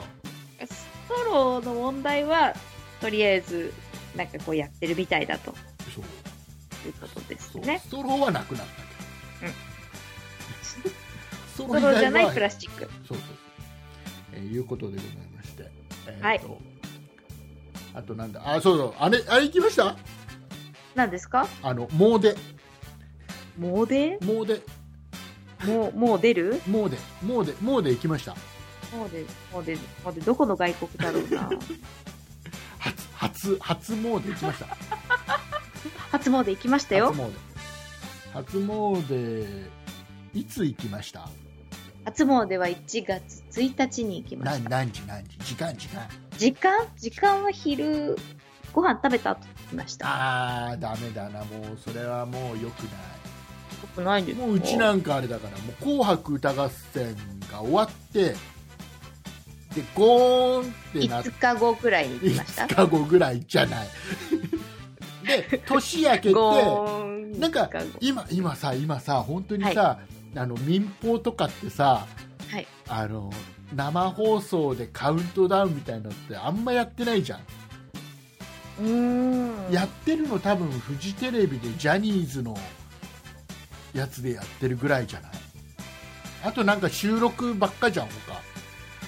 S3: ストローの問題は、とりあえず、なんかこうやってるみたいだと
S2: そう
S3: いうことです
S2: そう、
S3: ね。
S2: ストローはなくなったけど、
S3: うん
S2: スト
S3: ストローじゃな
S2: 以外
S3: い
S2: は
S3: プラスチック。
S2: そうそうそう、えーいうことでございまして、えー
S3: はい
S2: とあとなんだあそうそうあれあれ行きました
S3: なんですか
S2: あのもうで
S3: もうで
S2: もうで
S3: もう、もう出る
S2: もうでもうでもうで行きました
S3: もうで、もうで、もうで、どこの外国だろうな。
S2: 初初初詣行き ました
S3: 初詣行きましたよ
S2: 初。詣初詣いつ行きました
S3: 初詣は1月1日に行きま
S2: 何
S3: した。
S2: 何時何時時間時間
S3: 時間時間は昼、ご飯食べた後行きました。
S2: あーダメだなもうそれはもう良くな
S3: よくないんで
S2: い
S3: すか
S2: もううちなんかあれだからもう「紅白歌合戦」が終わってでゴーンってなって
S3: 5日後くらいに行きました。
S2: 5日後ぐらいじゃ ないで年明けて
S3: ゴーン
S2: なんか
S3: 5日後
S2: 今今さ今さ本当にさ、あの民放とかってさ、
S3: はい
S2: あの生放送でカウントダウンみたいなのってあんまやってないじゃん、
S3: うーん。
S2: やってるの多分フジテレビでジャニーズのやつでやってるぐらいじゃないあとなんか収録ばっかじゃん他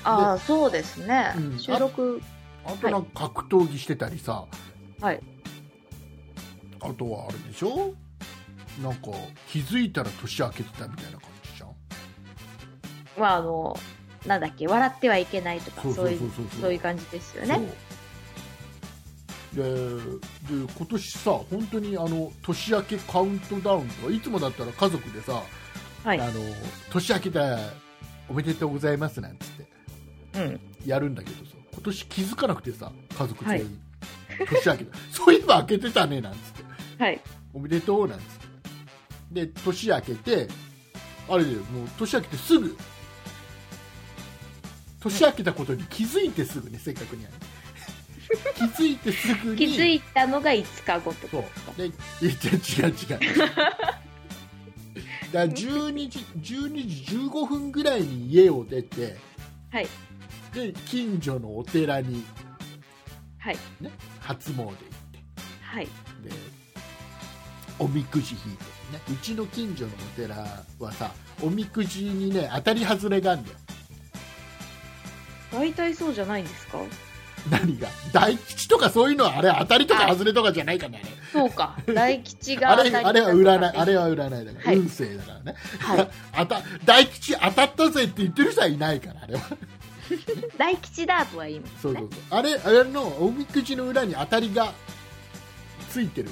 S3: ああ、そうですね。
S2: うん
S3: 収録、
S2: あとなんか格闘技してたりさ
S3: はい
S2: あとはあれでしょなんか気づいたら年明けてたみたいな感じじゃん
S3: まあ、あの、なんだっけ、笑ってはいけないとか、そういう、
S2: そう
S3: そういう感じですよね。
S2: そうでで今年さ本当にあの年明けカウントダウンとかいつもだったら家族でさ、
S3: はい
S2: あの年明けたおめでとうございますなんつって
S3: うん。
S2: やるんだけどさ今年気づかなくてさ家族全員、年明けた そういえば明けてたねなんつって
S3: はい。
S2: おめでとうなんつってで年明けてあれでもう年明けてすぐ年明けたことに気づいてすぐね正確にはね気づいてすぐに
S3: 気づいたのが5日後って
S2: そ
S3: こ
S2: う
S3: とですか。
S2: でいや違う違う違うだから12時12時15分ぐらいに家を出て
S3: はい。
S2: で近所のお寺に
S3: はい。
S2: 初詣行って
S3: はい。
S2: でおみくじ引いてねうちの近所のお寺はさおみくじにね当たり外れがあるんだよ
S3: 大体そうじゃないんです か
S2: 何が大吉とかそういうのはあれ当たりとか外れとかじゃないかね
S3: そうか。大吉が
S2: あ
S3: 当た
S2: れ
S3: り
S2: あ
S3: だ
S2: れ
S3: とか
S2: あれは占いあれは占いだから、
S3: はい
S2: 運勢だからね
S3: はい。
S2: あた大吉当たったぜって言ってる人はいないからあれは
S3: 大吉だとは言います
S2: そう
S3: ね
S2: そう。そうあれあれのおみくじの裏に当たりがついてる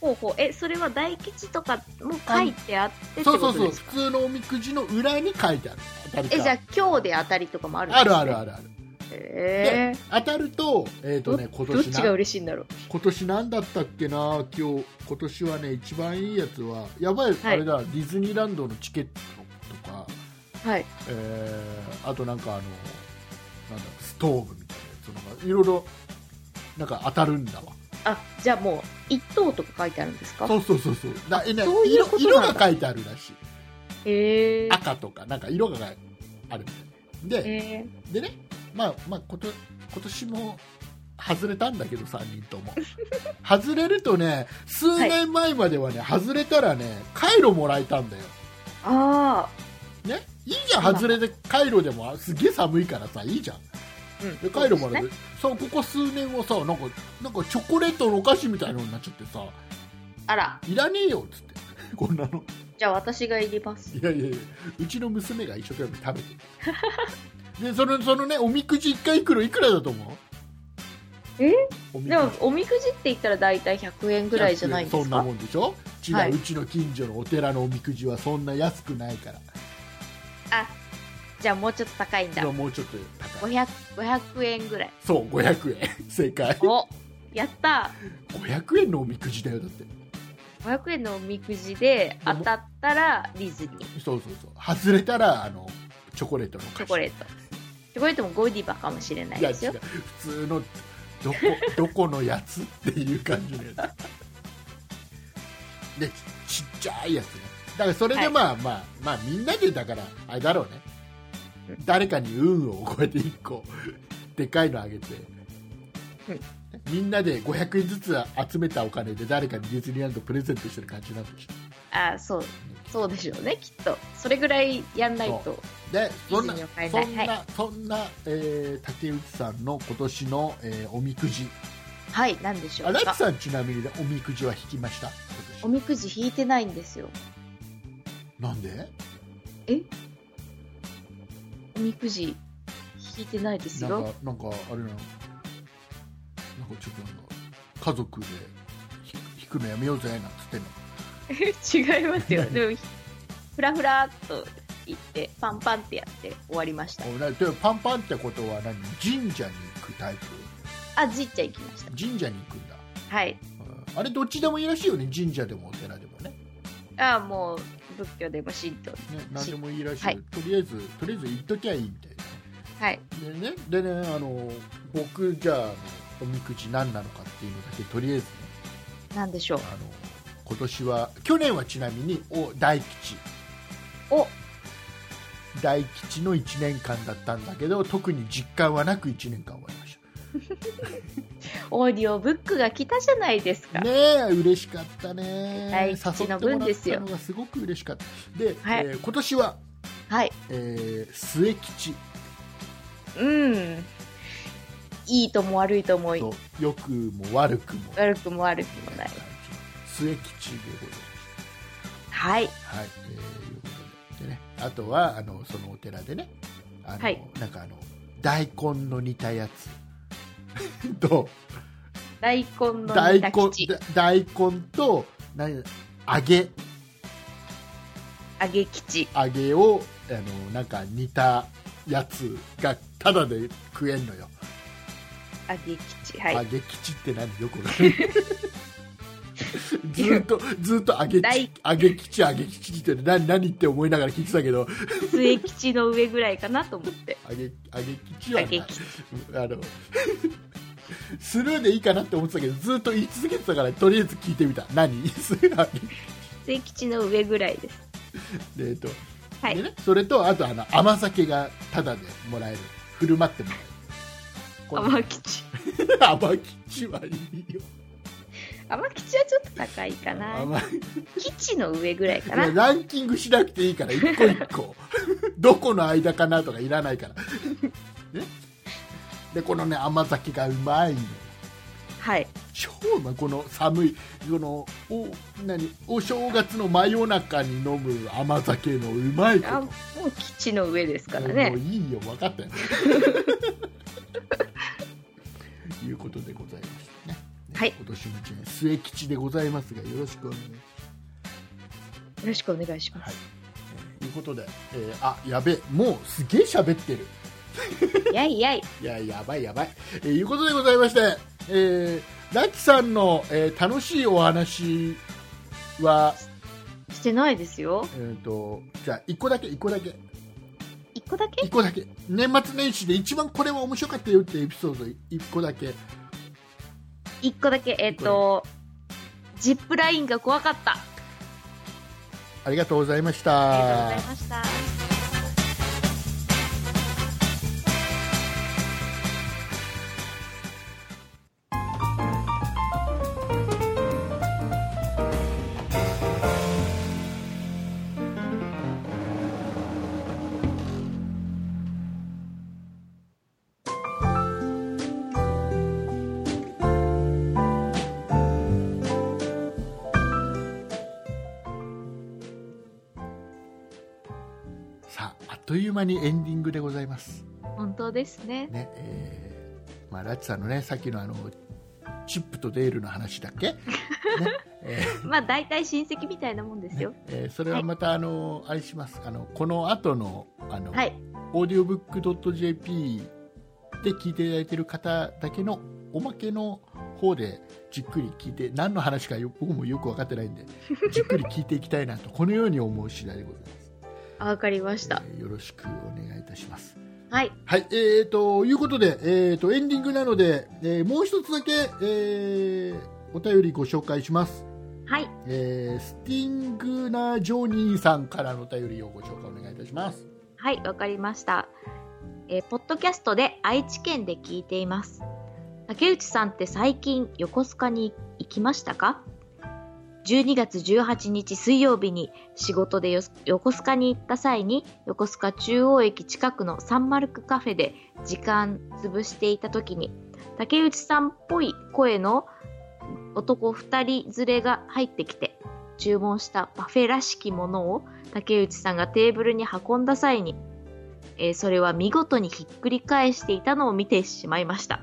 S3: ほうほう。え、それは大吉とかも書いてあってって
S2: そ
S3: こ
S2: うそう
S3: と
S2: そう
S3: ですか
S2: 普通のおみくじの裏に書いてある当たりが
S3: え、じゃあ今日で当たりとかもあるんです
S2: あ
S3: ね
S2: るあるあるある
S3: へえ
S2: 当たるとえっ、とね今
S3: どっ
S2: 年
S3: ちが
S2: な
S3: 嬉しいんだろう
S2: 今年なんだったっけな今日今年はね一番いいやつはやばい、
S3: はい
S2: あれだディズニーランドのチケットとか、
S3: はい。
S2: えーあとなんかあのなんだストーブみたいなやつとかいろいろなんか当たるんだわ
S3: あ、じゃあもう、一等とか書いてあるんですか
S2: そうそうそうそう。だえね
S3: そういうこと
S2: 色
S3: な
S2: 色
S3: んだ
S2: が書いてあるらしい。
S3: へえ。
S2: 赤とかなんか色があるみたい。で、
S3: へ
S2: でね、まあまあこと今年も外れたんだけど3人と も。外れるとね、数年前まではね、外れたらね、カイロもらえたんだよ。
S3: あ
S2: ね、いいじゃん外れでカイロでもあすげえ寒いからさいいじゃん
S3: あ、うん。
S2: でカイロもらえて
S3: そうですね
S2: そう、ここ数年はさなんかなんかチョコレートのお菓子みたいなのになっちゃってさ
S3: あら、
S2: いらねえよっつって こんなの
S3: じゃあ私が入ります。
S2: いやいやいやうちの娘が一生懸命食べてる でそのそのねおみくじ1回いくらいくらだと思う
S3: え
S2: おみ
S3: でも、おみくじって言ったら大体100円ぐらいじゃないんで
S2: そ
S3: す
S2: んな
S3: か
S2: もんでしょ違う、
S3: はいう
S2: ちの近所のお寺のおみくじはそんな安くないから
S3: じゃあもうちょっと高いん
S2: じ
S3: だ
S2: ゃ。もうちょっと高い
S3: 500, 500円ぐらい。
S2: そう500円 正解
S3: おやった
S2: 500円のおみくじだよだって
S3: !500 円のおみくじで当たったらディズニー。
S2: そうそうそう外れたらあのチョコレートのお菓子
S3: チョコレートチョコレートもゴディバかもしれない
S2: いや
S3: で
S2: 違
S3: すよ
S2: う普通のどこどこのやつっていう感じのや つでちちっちゃいやつねだからそれで
S3: はい
S2: まあ、まあまあみんなでだからあれだろうね誰かに運を超えて1個でかいのあげて、
S3: うん
S2: みんなで500円ずつ集めたお金で誰かにディズニーランドプレゼントしてる感じなんでしょ
S3: ああそうそうでしょうねきっとそれぐらいやんない
S2: そ
S3: と
S2: でそんな
S3: ディズニーを買え
S2: そ
S3: ない
S2: んな、そんな、えー竹内さんの今年の、えーおみくじ
S3: はい何でしょ
S2: あ
S3: う
S2: ラチ
S3: か
S2: さんちなみにおみくじは引きました
S3: おみくじ引いてないんですよ
S2: なんで
S3: おみくじ引いてないです
S2: なん
S3: よ
S2: かなんかあれなのなんかちょっとなんか家族でひ引くのやめようぜなんつってんの
S3: 違いますよでもふらふらっと行ってパンパンってやって終わりました
S2: おなでパンパンってことは何神社に行くタイプ
S3: あじいちゃん行きました
S2: 神社に行くんだ
S3: はい
S2: うんあれどっちでもいいらしいよね神社でもお寺でもね
S3: ああもう仏教でも神道
S2: ね何でもいいらしい、
S3: はい
S2: とりあえずとりあえず行っときゃいいみたいな
S3: はい
S2: でねでねあの僕じゃああのおみくじ何なのかっていうのだけとりあえずね
S3: 何でしょう
S2: あの今年は去年はちなみにお大吉
S3: お
S2: 大吉の1年間だったんだけど特に実感はなく1年間終わりまし
S3: オーディオブックが来たじゃないです
S2: た
S3: か、
S2: ねえ嬉しかったね
S3: 大吉の分ですよ
S2: 誘ってもらったのがすごく嬉しかったで、
S3: はい
S2: えー今年は、
S3: はい
S2: えー末吉
S3: うんいいとも悪いとも
S2: と良くも悪くも
S3: 悪くも悪くもない
S2: 末吉でございます
S3: は
S2: は
S3: い
S2: い、えーいうことででね、あとはあのそのお寺でねあの、
S3: はい
S2: なんかあの大根の煮たやつ と
S3: 大根の
S2: 大
S3: 煮
S2: 根
S3: た吉
S2: だ大根と何揚げ
S3: 揚げ吉
S2: 揚げをあのなんか煮たやつがただで食えんのよ、
S3: 揚げ吉はい
S2: 揚げ吉って何よくわか んないずーっとずーっと揚げ吉揚げ吉揚げ吉って何何って思いながら聞いてたけど
S3: 末吉の上ぐらいかなと思って
S2: 揚げ揚げ吉は
S3: 揚
S2: な
S3: げ吉
S2: あの スルーでいいかなって思ってたけどずっと言い続けてたからとりあえず聞いてみた何
S3: 末吉の上ぐらいです
S2: でえっと
S3: はい
S2: でね、それとあとあの甘酒がタダでもらえる振る舞ってもらえるこれ
S3: 甘吉
S2: 甘吉はいいよ
S3: 甘吉はちょっと高いかな
S2: 甘い
S3: 吉の上ぐらいか
S2: いや
S3: な
S2: ランキングしなくていいから一個一個 どこの間かなとかいらないからねでこのね甘酒がうまいのよ
S3: はい
S2: 超うまいこの寒いこのお何お正月の真夜中に飲む甘酒のうまいこ
S3: あ
S2: と
S3: もう吉の上ですか
S2: も
S3: ら
S2: う
S3: ね
S2: いいよ分か ったよいうことでございましたね
S3: はい
S2: 今年の一年末吉でございますがよろしくお願いし
S3: よろしくお願いしま
S2: ます、は
S3: す
S2: いえーということで、えーあやべえもうすげえ喋ってる
S3: やいやい
S2: いややばいやばい、えーいうことでございまして、えー、ラッキさんの、えー楽しいお話は
S3: してないですよ
S2: えー、とじゃあ1個だけ1個だけ
S3: 一個だけ
S2: 一個だけ年末年始で一番これは面白かったよっていうエピソード1個だけ
S3: 一個だけえっ、とジップラインが怖かった
S2: ありがとうございまし
S3: ありがとう
S2: た
S3: ございました
S2: さああっという間にエンディングでございます
S3: 本当ですね
S2: ねえーまあ、ラッチさんのねさっきのあのチップとデールの話だっ け、ねえ
S3: まあ大体親戚みたいなもんで
S2: ー
S3: すよ、
S2: ねえーそれはまたあの、あれしますあのこの後のあの、
S3: はい
S2: オーディオブックドット JP で聞いていただいてる方だけのおまけの方でじっくり聞いて何の話 かよ僕もよく分かってないんでじっくり聞いていきたいなとこのように思う次第でございます。
S3: あわかりました。
S2: えーよろしくお願いいたします。
S3: はい。
S2: はい、えー、ということで、えー、とエンディングなので、えーもう一つだけ、えーお便りご紹介します、
S3: はい。
S2: えースティングなジョニーさんからのお便りをご紹介お願いいたします
S3: はい、わかりました。えーポッドキャストで愛知県で聞いています。竹内さんって最近横須賀に行きましたか ?12 月18日水曜日に仕事でよ横須賀に行った際に横須賀中央駅近くのサンマルクカフェで時間潰していた時に竹内さんっぽい声の男2人連れが入ってきて注文したパフェらしきものを竹内さんがテーブルに運んだ際に、えーそれは見事にひっくり返していたのを見てしまいました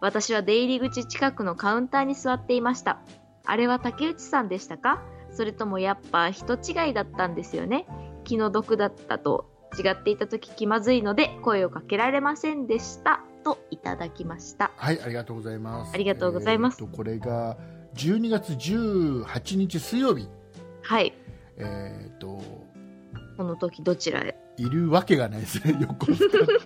S3: 私は出入り口近くのカウンターに座っていましたあれは竹内さんでしたかそれともやっぱ人違いだったんですよね気の毒だったと違っていた時気まずいので声をかけられませんでしたといただきました
S2: はいありがとうございます
S3: ありがとうございます
S2: えーとこれが12月18日水曜日
S3: はい
S2: えー、と
S3: この時どちらへ
S2: いるわけがないですね横須 賀に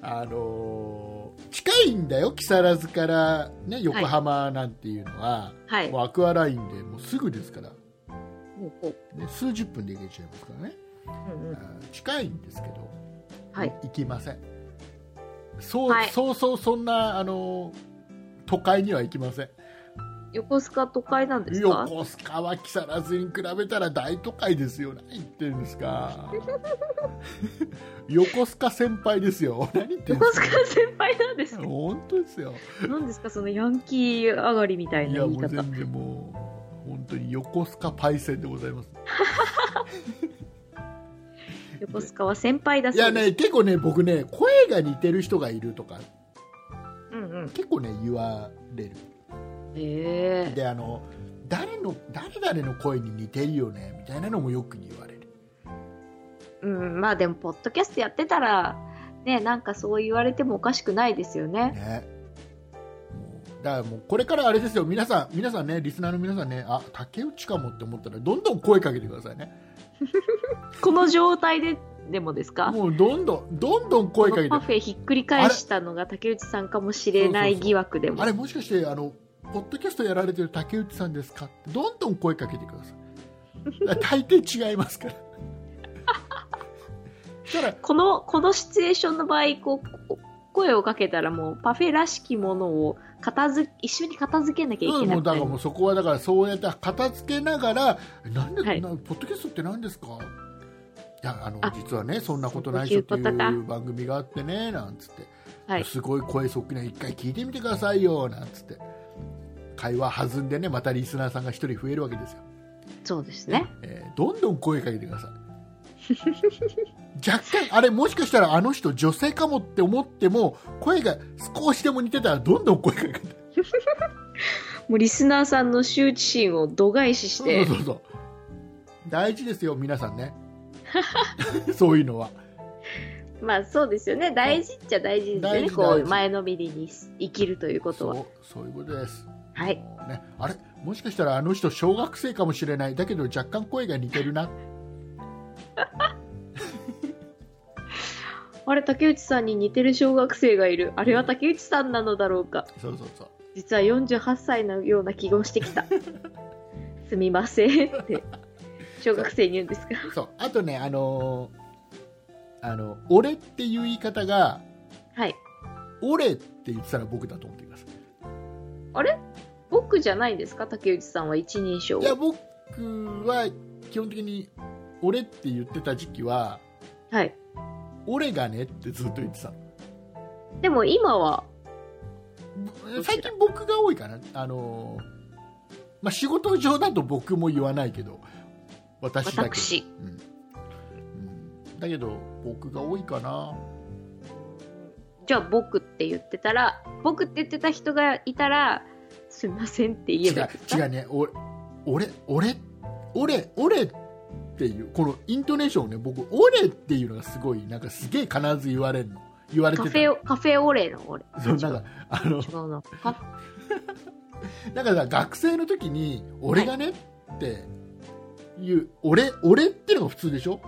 S2: あのー近いんだよ木更津から、ね、横浜なんていうのは、
S3: はい
S2: もうアクアラインでもうすぐですから、
S3: ほうほう
S2: ね、数十分で行けちゃいますからね、
S3: うんうん
S2: あー近いんですけど、
S3: はい
S2: 行きませんそう,、
S3: はい
S2: そうそうそんなあのー都会には行きません
S3: 横須賀都会なんですか
S2: 横須賀は木更津に比べたら大都会ですよ何言ってるんですか 横須賀先輩です よ何言ってるん
S3: 横
S2: で
S3: 須賀先輩なんです
S2: す
S3: け
S2: か
S3: ど
S2: 本当ですよ
S3: なんですかそのヤンキー上がりみたい
S2: い
S3: な
S2: や
S3: 言い
S2: もう
S3: 方
S2: 全然もう本当に横須賀パイセンでございます
S3: 横須賀は先輩だ
S2: い
S3: そ
S2: や
S3: うです
S2: ね結構ね僕ね声が似てる人がいるとか
S3: うんうん
S2: 結構ね言われる
S3: へえ
S2: であの誰の誰々の声に似てるよねみたいなのもよく言われる
S3: うんまあでもポッドキャストやってたらねなんかそう言われてもおかしくないですよね
S2: ねもうだからもうこれからあれですよ皆さん皆さんねリスナーの皆さんねあ竹内かもって思ったらどんどん声かけてくださいね
S3: この状態ででもですか
S2: もうどんどんどんどん声かけ
S3: このパ
S2: て
S3: フェひっくり返したのが竹内さんかもしれな
S2: そうそう
S3: い
S2: そう
S3: 疑惑でも
S2: あれもしかしてあのポッドキャストやられてる竹内さんですかってどんどん声かけてくださいだから大抵違いますからそしたら
S3: このこのシチュエーションの場合こうこ声をかけたらもうパフェらしきものを片付一緒に片付けなきゃい
S2: うん
S3: けな
S2: もう
S3: く
S2: だか
S3: な
S2: ら
S3: る
S2: もうそこはだからそうやって片付けながらなんで、
S3: はい
S2: なポッドキャストって何ですかいやあの
S3: あ
S2: 実はねそんなことないっ
S3: そ
S2: し
S3: う
S2: ょ
S3: い
S2: っ
S3: う
S2: て
S3: こ
S2: い
S3: とか
S2: う番組があってねなんつって、
S3: はい
S2: すごい声そっくりな一回聞いてみてくださいよなんつって会話弾んでねまたリスナーさんが一人増えるわけですよ、
S3: そうですね
S2: えーどんどん声かけてください若干あれもしかしたらあの人女性かもって思っても声が少しでも似てたらどんどん声かけて
S3: もうリスナーさんの羞恥心を度外視し
S2: そ
S3: て
S2: うそうそうそう大事ですよ皆さんね そういうのは
S3: まあそうですよね大事っちゃ大事ですよ
S2: 大
S3: ね
S2: 事
S3: こ
S2: 大
S3: う
S2: 事
S3: 前のめりに生きるということ
S2: そ
S3: は
S2: うそういうことです、
S3: はい
S2: もうね、あれもしかしたらあの人小学生かもしれないだけど若干声が似てるな
S3: あれ竹内さんに似てる小学生がいるあれは竹内さんなのだろうか
S2: そうそうそう
S3: 実は48歳のような気がして きたすみませんって小学生に言うんですか
S2: そうあとねあのーあの俺っていう言い方が
S3: はい
S2: 俺って言ってたら僕だと思ってください
S3: 僕じゃないんですか竹内さんは一人称
S2: いや僕は基本的に俺って言ってた時期は
S3: はい
S2: 俺がねってずっと言ってた
S3: でも今は
S2: ぶ最近僕が多いかな、あのーまあ、仕事上だと僕も言わないけど私だけど
S3: 私
S2: うんうんだけど僕が多いかな
S3: じゃあ僕って言ってたら僕って言ってた人がいたらすみませんって
S2: 違
S3: 言えばいういですか
S2: 違うね俺俺俺俺俺っていうこのイントネーションをね僕俺っていうのがすごいなんかすげえ必ず言われるの言われて
S3: カ
S2: た
S3: フェオカフェオレの俺
S2: そうなんかあの
S3: 違うなカ
S2: だから学生の時に俺がねっていう俺俺ってのが普通でしょ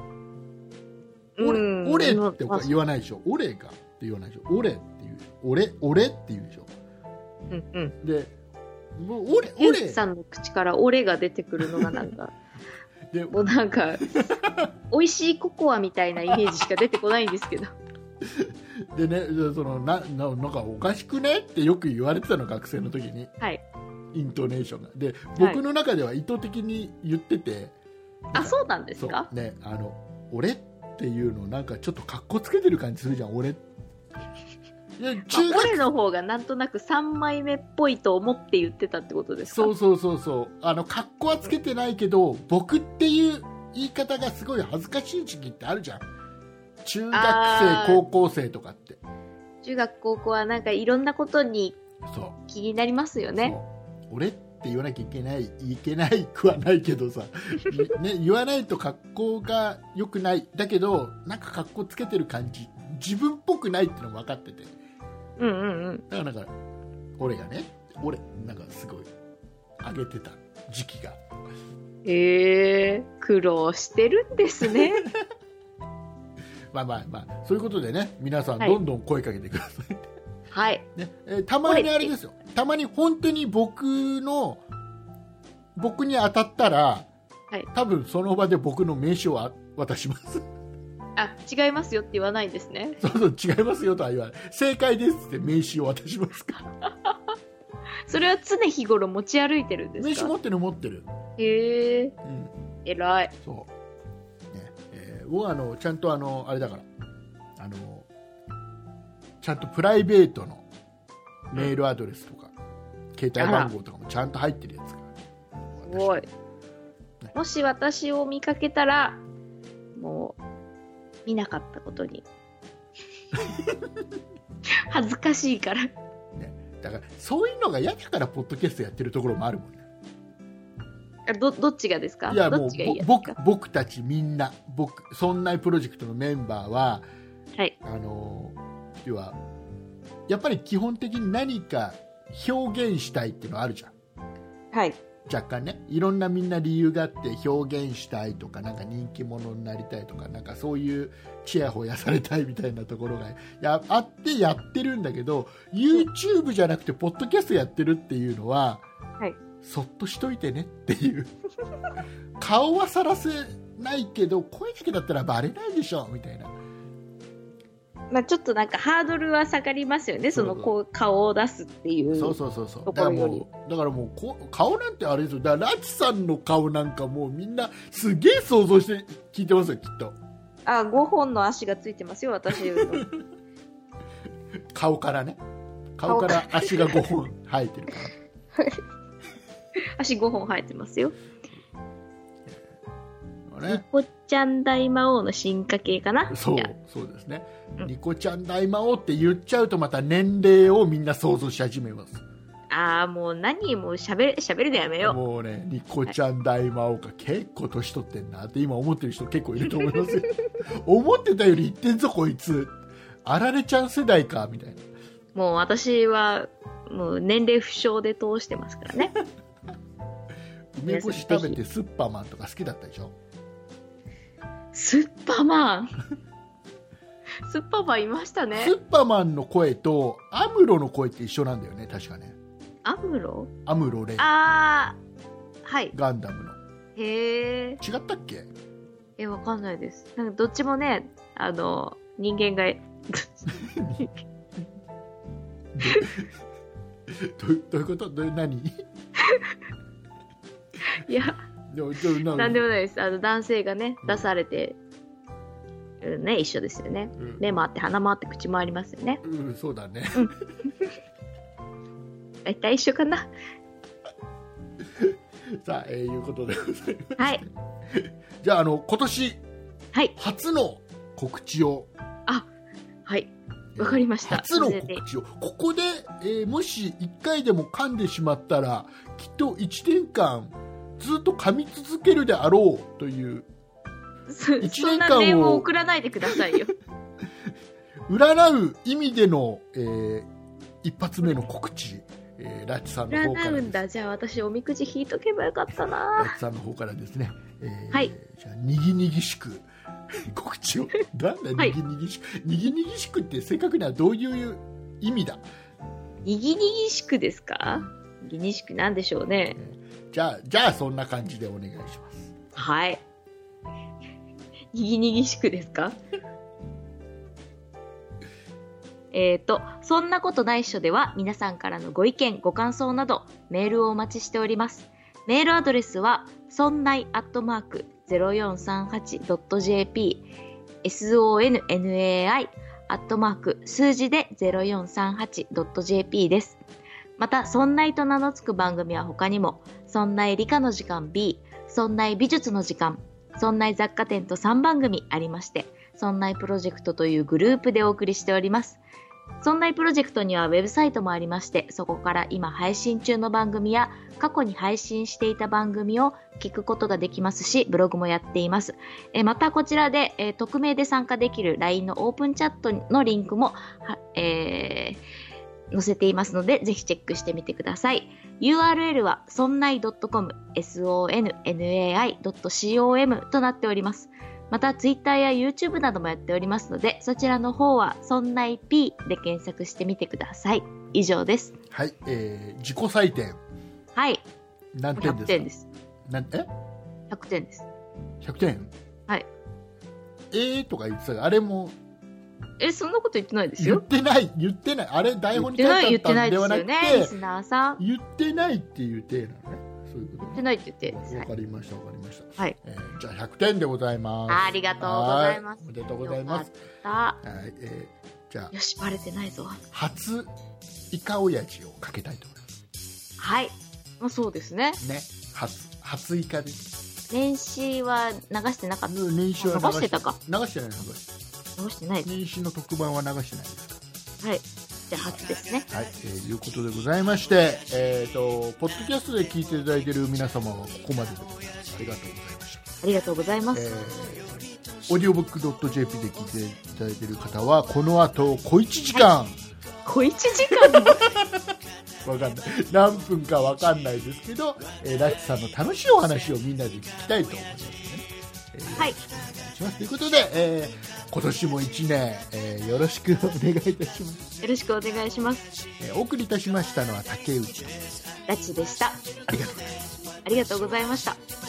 S3: うん
S2: 俺俺って
S3: まあ
S2: 言わないでしょ俺がって言わないでしょ俺っていう俺俺って言うでしょ
S3: うんうん。
S2: でもう俺
S3: ゆう
S2: 俺
S3: きさんの口から俺が出てくるのがなんか、
S2: で
S3: もうなんか、美味しいココアみたいなイメージしか出てこないんですけど。
S2: でねそのなななんかおかしくねってよく言われてたの学生の時に
S3: はい。
S2: イントネーションがで
S3: はい
S2: 僕の中では意図的に言ってて、
S3: あ、そうなんです
S2: そう
S3: か
S2: ねあの俺っていうのなんかちょっと格好つけてる感じするじゃん俺いや
S3: まあ
S2: 中学
S3: 俺の方がなんとなく3枚目っぽいと思って言ってたってことですか
S2: そうそうそうそうあの格好はつけてないけど僕っていう言い方がすごい恥ずかしい時期ってあるじゃん中学
S3: あ
S2: 生
S3: ー
S2: 高校生とかって
S3: 中学高校はなんかいろんなことに
S2: そう
S3: 気になりますよね。
S2: そう俺って言わなきゃいけないいけないくはないけどさ、ね、言わないと格好が良くないだけどなんか格好つけてる感じ自分っぽくないってのも分かってて
S3: うんうんうん。
S2: だからなんか俺がね俺なんかすごい上げてた時期が
S3: へえ苦労してるんですね。
S2: まあまあまあそういうことでね皆さん
S3: はい
S2: どんどん声かけてください、
S3: はい。
S2: ねえーたまにあれですよたまに本当に僕の僕に当たったら、
S3: はい
S2: 多分その場で僕の名刺をあ渡します
S3: あ、違いますよって言わないんですね。
S2: そうそう違いますよとは言わない正解ですって名刺を渡しますから
S3: それは常日頃持ち歩いてるんで
S2: 名
S3: す
S2: 刺
S3: か
S2: 持ってる持ってる、
S3: へえ
S2: うん、
S3: 偉い。
S2: そう、ねえー僕はあのちゃんとあのあれだからあのちゃんとプライベートのメールアドレスとか、携帯番号とかもちゃんと入ってるやつから
S3: すごい
S2: ね。
S3: もし私を見かけたら、もう、見なかったこと に。恥ずかしいから。
S2: だからそういうのが嫌だからポッドキャストやってるところもあるもんね
S3: あど、どっちがですか
S2: いや
S3: ど
S2: も
S3: っ
S2: う
S3: ちがいいや
S2: ぼ
S3: つ
S2: 僕
S3: か
S2: 僕たちみんな僕そんなプロジェクトのメンバーは
S3: はい。
S2: あの要はやっぱり基本的に何か表現したいっていうのはあるじゃん
S3: はい。
S2: 若干ねいろんなみんな理由があって表現したいとかなんか人気者になりたいとかなんかそういうちやほやされたいみたいなところがやあってやってるんだけど YouTube じゃなくてポッドキャストやってるっていうのは、
S3: はい
S2: そっとしといてねっていう顔はさらせないけど声だけだったらバレないでしょみたいな
S3: まあちょっとなんかハードルは下がりますよね。そ
S2: そ
S3: の
S2: うそう
S3: こう顔を出すっていう。
S2: そうそうそうそう
S3: と
S2: だから
S3: ころより
S2: もうだからもうこ顔なんてあれですよだからラチさんの顔なんかもうみんなすげえ想像して聞いてますよきっと
S3: あ、5本の足がついてますよ、私 の。
S2: 顔からね顔から足が5本生えてるか
S3: 足5本生えてますよ。
S2: らね
S3: こっちゃん大魔王の進化系かな
S2: そう
S3: じゃ
S2: そうですね、
S3: うん
S2: ニコちゃん大魔王って言っちゃうとまた年齢をみんな想像し始めます
S3: ああー、もう何もう喋る、喋るのやめよう。
S2: もうねニコちゃん大魔王か結構年取ってんなって今思ってる人結構いると思いますよ 思ってたより言ってんぞこいつあられちゃん世代かみたいな
S3: もう私は、もう年齢不詳で通してますからね。
S2: 梅干し食べてスッパーマンとか好きだったでしょ
S3: スッパーマン。 スッパーマンいましたね
S2: ス。ッパーマンの声とアムロの声って一緒なんだよね確かね
S3: アムロ
S2: アムロレイ
S3: ああ、はい。
S2: ガンダムの
S3: へえ。
S2: 違ったっけ
S3: え、わかんないです。なんかどっちもね、あの、人間が、
S2: どうどういうことどう何
S3: いや、
S2: でもでもな
S3: なんでもないです。あの、男性がね、出されて、うん、ね、一緒ですよね。
S2: うん
S3: 目もあって鼻もあって口もありますよね
S2: うん、そうだね
S3: 大体一緒かな
S2: さあ、えーいうことでございます
S3: はい
S2: じゃああの今年
S3: はい
S2: 初の告知を
S3: はい
S2: えー
S3: わかりました
S2: 初の告知をここで、えーもし1回でも噛んでしまったらきっと1年間ずっと噛み続けるであろうという
S3: そ
S2: 一
S3: そん
S2: 年間を
S3: な電話を送らないでください よ
S2: 占う意味での、えー一発目の告知、えーラッチさんの方か
S3: 占
S2: ら
S3: うんだじゃあ私おみくじ引いとけばよかった
S2: ラ
S3: な
S2: ッチさんの方からですね、えー
S3: はい
S2: じゃあにぎにぎしく 告知をなんだ
S3: はい
S2: にぎにぎしく、にぎにぎしくって正確にはどういう意味だ
S3: にぎにぎしくですかにぎにぎしくなんでしょうね
S2: じゃあじゃあそんな感じでお願いします
S3: はいにぎにぎしくですかえっと「そんなことないっしょ」では皆さんからのご意見ご感想などメールをお待ちしておりますメールアドレスはそんないアットマーク 0438.jp sonnai アットマーク数字で 0438.jp ですまた「そんない」と名の付く番組は他にも「そんない理科の時間 B」そんない美術の時間、そんない雑貨店と3番組ありまして、そんないプロジェクトというグループでお送りしております。そんないプロジェクトにはウェブサイトもありまして、そこから今配信中の番組や過去に配信していた番組を聞くことができますし、ブログもやっています。えーまたこちらで、えー匿名で参加できる LINE のオープンチャットのリンクも、はえー載せていますので、ぜひチェックしてみてください。URL は sonnai.com、sonnai.com となっております。また、Twitter や YouTube などもやっておりますので、そちらの方は sonnaip で検索してみてください。以上です。
S2: はい、えー、自己採点
S3: はい、
S2: 何点
S3: 100
S2: ですか
S3: 点です。
S2: なんえ
S3: 100点です。
S2: 100点
S3: はい
S2: えーとか言ってたがあれも
S3: え、そんなこと言ってないです
S2: 言っ
S3: よ。
S2: てない言ってないあれ台
S3: 言
S2: 本
S3: っ
S2: に
S3: て
S2: 書
S3: ない、
S2: い
S3: 言って
S2: あった
S3: なんい
S2: で
S3: で
S2: は
S3: す
S2: なくて
S3: よね、リスナーさん。言
S2: 言ってないっていう体なのねそういうこ
S3: ってないって言って
S2: と
S3: く
S2: ね
S3: だ
S2: わ
S3: さ
S2: か
S3: い。
S2: りましたわかりました、
S3: はい
S2: えーじゃあ100点でございます
S3: ありがとうございま
S2: は
S3: す
S2: おめでとうございます
S3: あ
S2: はい、えーじゃあ
S3: よし、バレてないぞ。
S2: 初イカオヤジをかけたいと思いま
S3: はい。まあ、そうですね。
S2: すね初初イカです
S3: 年始は流してなかった。
S2: 年始は
S3: 流してたか
S2: 流してない流してない
S3: 流してない
S2: 年始の特番は流してないですか
S3: はい。じゃあ初ですね。
S2: はい、えー、いうことでございまして、えー、とポッドキャストで聞いていただいている皆様はここまででございますありがとうございました、
S3: ありがとうございま
S2: え
S3: す。
S2: ー、オーディオブック .jp で聞いていただいている方はこの後小一時間、
S3: 小一時間も
S2: わかんない何分かわかんないですけど、えー、ラッチさんの楽しいお話をみんなで聞きたいと思いますね、えー
S3: は
S2: お願
S3: い。
S2: いしますということで、えー今年も1年、えーよろしくお願いいたします、
S3: よろしくお願いします。
S2: えーお送りいたしましたのは竹内です
S3: ラチでした。
S2: ありがとうございます
S3: ありがとうございました。